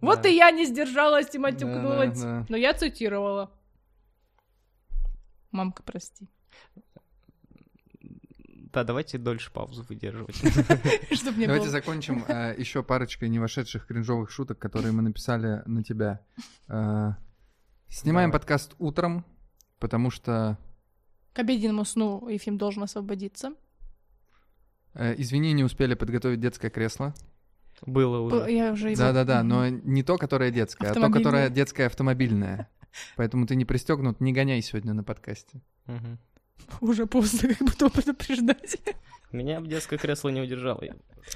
Вот Да. и я не сдержалась и матюкнулась. Да-да-да. Но я цитировала. Мамка, прости. Да, давайте дольше паузу выдерживать. Чтобы не было. Давайте закончим э, еще парочкой не вошедших кринжовых шуток, которые мы написали на тебя. Э, Снимаем Давай. подкаст утром, потому что... К обеденному сну Ефим должен освободиться. э, Извини, не успели подготовить детское кресло. Было Б- уже. Я уже его... Да-да-да, но не то, которое детское, а то, Автомобильное. которое детское автомобильное. Поэтому ты не пристегнут, не гоняй сегодня на подкасте. Мгм. Уже поздно, как будто предупреждать. Меня бы детское кресло не удержало. Я-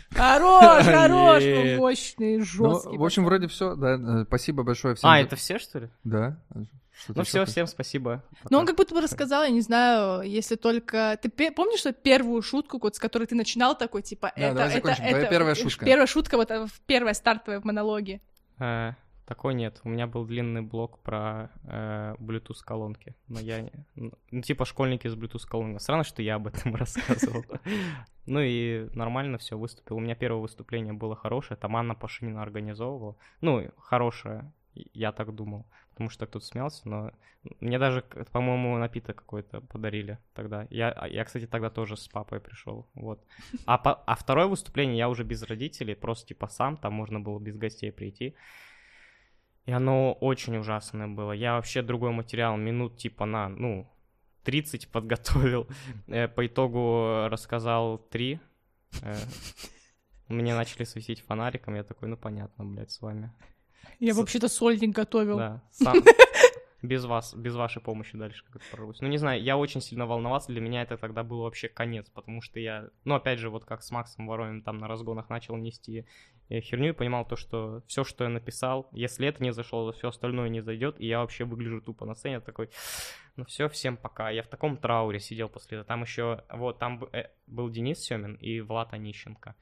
Хорош, хорош, Нет. ну, мощный, Ну, жесткий. в общем, вроде все. Да, э, спасибо большое всем. А, за- это все, что ли? Да. А Что-то Ну ещё все, хотел? всем спасибо. Но он Пока. как будто бы рассказал, я не знаю, если только... Ты пе- помнишь что первую шутку, вот, с которой ты начинал такой, типа, это... давай это, закончим. Твоя это- первая ш- шутка. Первая шутка, вот э, в- первая стартовая в монологе. Э, Такой нет. У меня был длинный блог про э, Bluetooth колонки. Но я не- ну, типа школьники с Bluetooth колонками. Странно, что я об этом рассказывал. Ну и нормально все выступил. У меня первое выступление было хорошее. Там Анна Пашинина организовывала. Ну, хорошее, и- я так думал. Потому что кто-то смеялся, но мне даже, к- по-моему, напиток какой-то подарили тогда. Я, а я, кстати, тогда тоже с папой пришел. Вот. А, по- а второе выступление я уже без родителей, просто типа сам, там можно было без гостей прийти. И оно очень ужасное было. Я вообще другой материал минут типа на, ну, 30 подготовил. Э, По итогу рассказал 3. Мне начали светить фонариком. Я такой, ну понятно, блядь, с вами. Я С- вообще-то сольник готовил. Да, сам. Без вас, без вашей помощи дальше как-то прорвусь. Ну, не знаю, я очень сильно волновался, для меня это тогда был вообще конец, потому что я, ну, опять же, вот как с Максом Ворониным там на разгонах начал нести э, херню и понимал то, что все, что я написал, если это не зашло, все остальное не зайдет, и я вообще выгляжу тупо на сцене такой, ну все, всем пока. Я в таком трауре сидел после этого. Там еще, вот, там б- э, был Денис Семин и Влад Онищенко.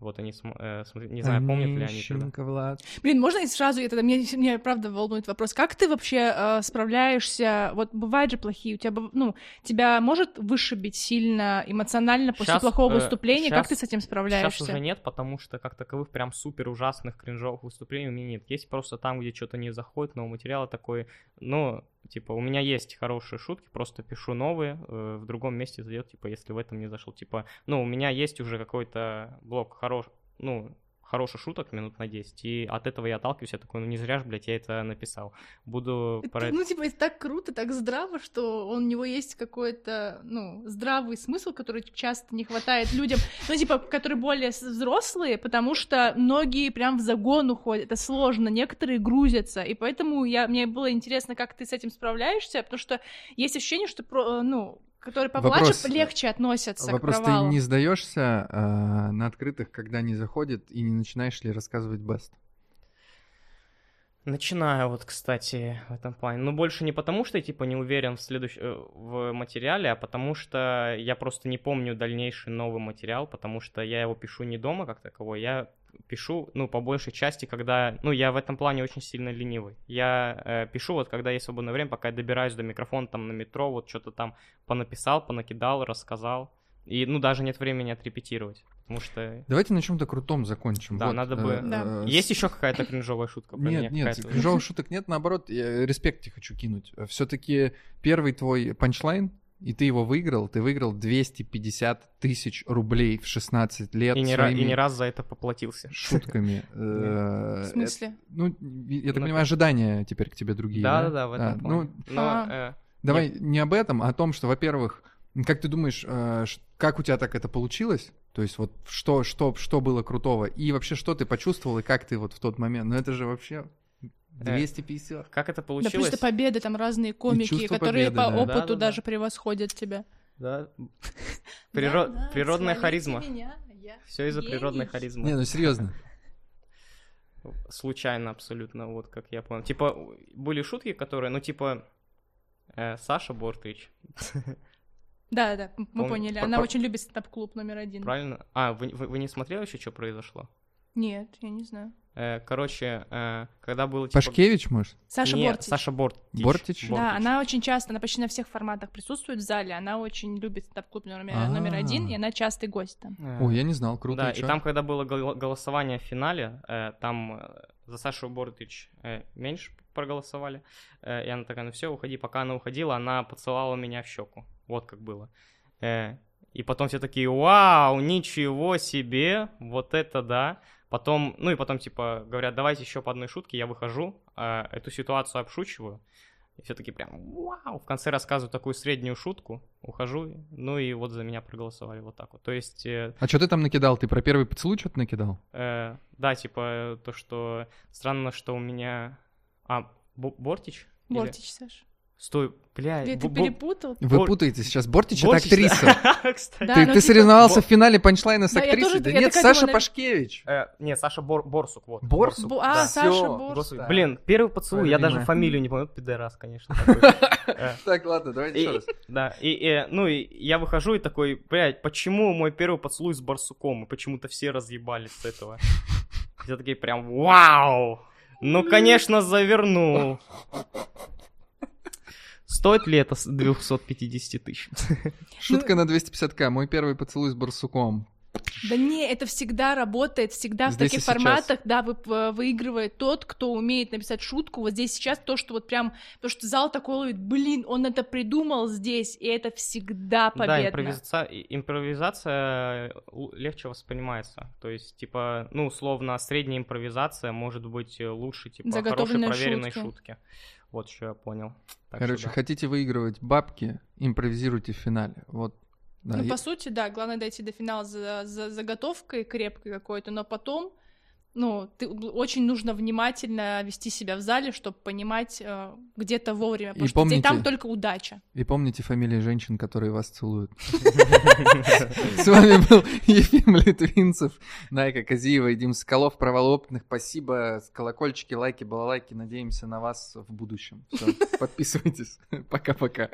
Вот они, см- э, смотри- не знаю, помнят ли они тогда. Онищенко, Влад. Блин, можно я сразу, это мне, мне правда волнует вопрос, как ты вообще э, справляешься, вот бывают же плохие, у тебя, быв- ну, тебя может вышибить сильно эмоционально после Щас, плохого э, выступления, как щас- ты с этим Сейчас справляешься? уже нет, потому что как таковых прям супер ужасных кринжовых выступлений у меня нет. Есть просто там, где что-то не заходит, но материала такой, ну, типа, у меня есть хорошие шутки, просто пишу новые, э, в другом месте зайдет, типа, если в этом не зашел. Типа, ну, у меня есть уже какой-то блок хорош, ну, хороших шуток минут на 10, и от этого я отталкиваюсь, я такой, ну не зря ж, блядь, я это написал. Буду Это, про это- Ну, типа, это так круто, так здраво, что он- у него есть какой-то, ну, здравый смысл, который часто не хватает людям, ну, типа, которые более с- взрослые, потому что многие прям в загон уходят, это сложно, некоторые грузятся, и поэтому я, мне было интересно, как ты с этим справляешься, потому что есть ощущение, что, про- ну, которые поплачут, Вопрос, э, легче относятся Вопрос, к ты провалу. не сдаешься э, на открытых, когда не заходит, и не начинаешь ли рассказывать бест? Начинаю вот, кстати, в этом плане. Но больше не потому, что я, типа, не уверен в, следующ... э, в материале, а потому что я просто не помню дальнейший новый материал, потому что я его пишу не дома как таковой, я пишу, ну, по большей части, когда... Ну, я в этом плане очень сильно ленивый. Я э, пишу вот, когда есть свободное время, пока я добираюсь до микрофона, там, на метро, вот что-то там понаписал, понакидал, рассказал. И, ну, даже нет времени отрепетировать, потому что... Давайте на чем-то крутом закончим. Да, Вот, надо э, бы- Да. э, Есть еще какая-то кринжовая шутка? про меня Нет, нет, какая-то? кринжовых шуток нет, наоборот, я респект тебе хочу кинуть. Все-таки первый твой панчлайн, и ты его выиграл, ты выиграл 250 тысяч рублей в 16 лет И не, ра- и своими не раз за это поплатился. шутками. В Э, э, смысле? Ну, я так Ну, понимаю, ожидания теперь к тебе другие. Да, да, да, в этом А, плане. Ну, Но, А. э, давай не об этом, а о том, что, во-первых, как ты думаешь, э, ш- как у тебя так это получилось? То есть вот что, что, что было крутого? И вообще, что ты почувствовал, и как ты вот в тот момент? Ну, это же вообще Э, 250. как это Да получилось? просто победы, там разные комики, чувство которые победы, по да. опыту Да-да-да. даже превосходят тебя. Да. Приро- Да-да, природная свалите харизма. меня, я Все из-за гений. природной харизмы. Не, ну серьезно. Типа, Случайно абсолютно, вот как я понял. Типа, у- были шутки, которые, ну, типа, э, Саша Бортович, Да, да, мы Помню. поняли. Про- Она про- очень любит стендап-клуб номер один. правильно? А, вы, вы- вы не смотрели еще, что произошло? Нет, я не знаю. Э, короче, э, когда был... Типа... Пашкевич, может? Саша Не, Бортич. Саша Бортич. Бортич? Да, она очень часто, она почти на всех форматах присутствует в зале. Она очень любит стендап-клуб номер, А. номер один, и она частый гость там. Э, Ой, я не знал, круто. Да, и и чё? там, когда было гол- голосование в финале, э, там э, за Сашу Бортич э, меньше проголосовали. Э, и она такая, ну все, уходи. Пока она уходила, она поцеловала меня в щеку. Вот как было. Э, и потом все такие, вау, ничего себе, вот это да. Потом, ну и потом, типа, говорят, давайте еще по одной шутке, я выхожу, э, эту ситуацию обшучиваю. И все таки прям, вау, в конце рассказываю такую среднюю шутку, ухожу, ну и вот за меня проголосовали вот так вот. То есть э, А что ты там накидал? Ты про первый поцелуй что-то накидал? Э, да, типа э, то, что странно, что у меня... А, Бо- Бортич? Или- Э, Бортич, Саша. Стой, бля... Ты, ты Бо- Бо- перепутал? Вы Бор- путаете сейчас. Бортич — это Бортич, актриса. да. Кстати. Да, ты ну, ты типа- соревновался в Бо- финале панчлайна с Да, я актрисой. тоже- Да я нет, такая думала, Саша наверное- Пашкевич. Э, не, Саша Бор- Борсук, вот. Борсук? Бу- А, да. Саша Всё, Бортич. господи. Да. Блин, первый поцелуй, я Правильно. даже фамилию не помню. Пидорас, конечно. такой. Э, Так, ладно, давайте И- еще раз. Да, и, э, ну, и я выхожу и такой, блядь, почему мой первый поцелуй с барсуком? И почему-то все разъебались с этого. Все такие прям, вау! Ну, конечно, завернул. Стоит ли это с 250 тысяч? Шутка на 250к. Мой первый поцелуй с барсуком. Да не, это всегда работает, всегда в Здесь и таких сейчас. форматах, да, вы- э, выигрывает тот, кто умеет написать шутку. Вот здесь сейчас то, что вот прям, то, что зал такой ловит, блин, он это придумал здесь, и это всегда Да, победно. импровизация, и- импровизация э, у- легче воспринимается. То есть, типа, ну, условно, средняя импровизация может быть э, лучше, типа, хорошей Заготовленные проверенной шутки. шутки. Вот что я понял. Так что Короче, да. хотите выигрывать бабки, импровизируйте в финале. Вот. Да, ну, я- по сути, да, главное дойти до финала за, за заготовкой крепкой какой-то, но потом, ну, ты, очень нужно внимательно вести себя в зале, чтобы понимать э, где-то вовремя, потому И что помните- здесь- там только удача. И помните фамилии женщин, которые вас целуют. С вами был Ефим Литвинцев, Найка Казиева и Дим Соколов. Провал опытных. Спасибо. Колокольчики, лайки, балалайки. Надеемся на вас в будущем. Всё, подписывайтесь. Пока-пока.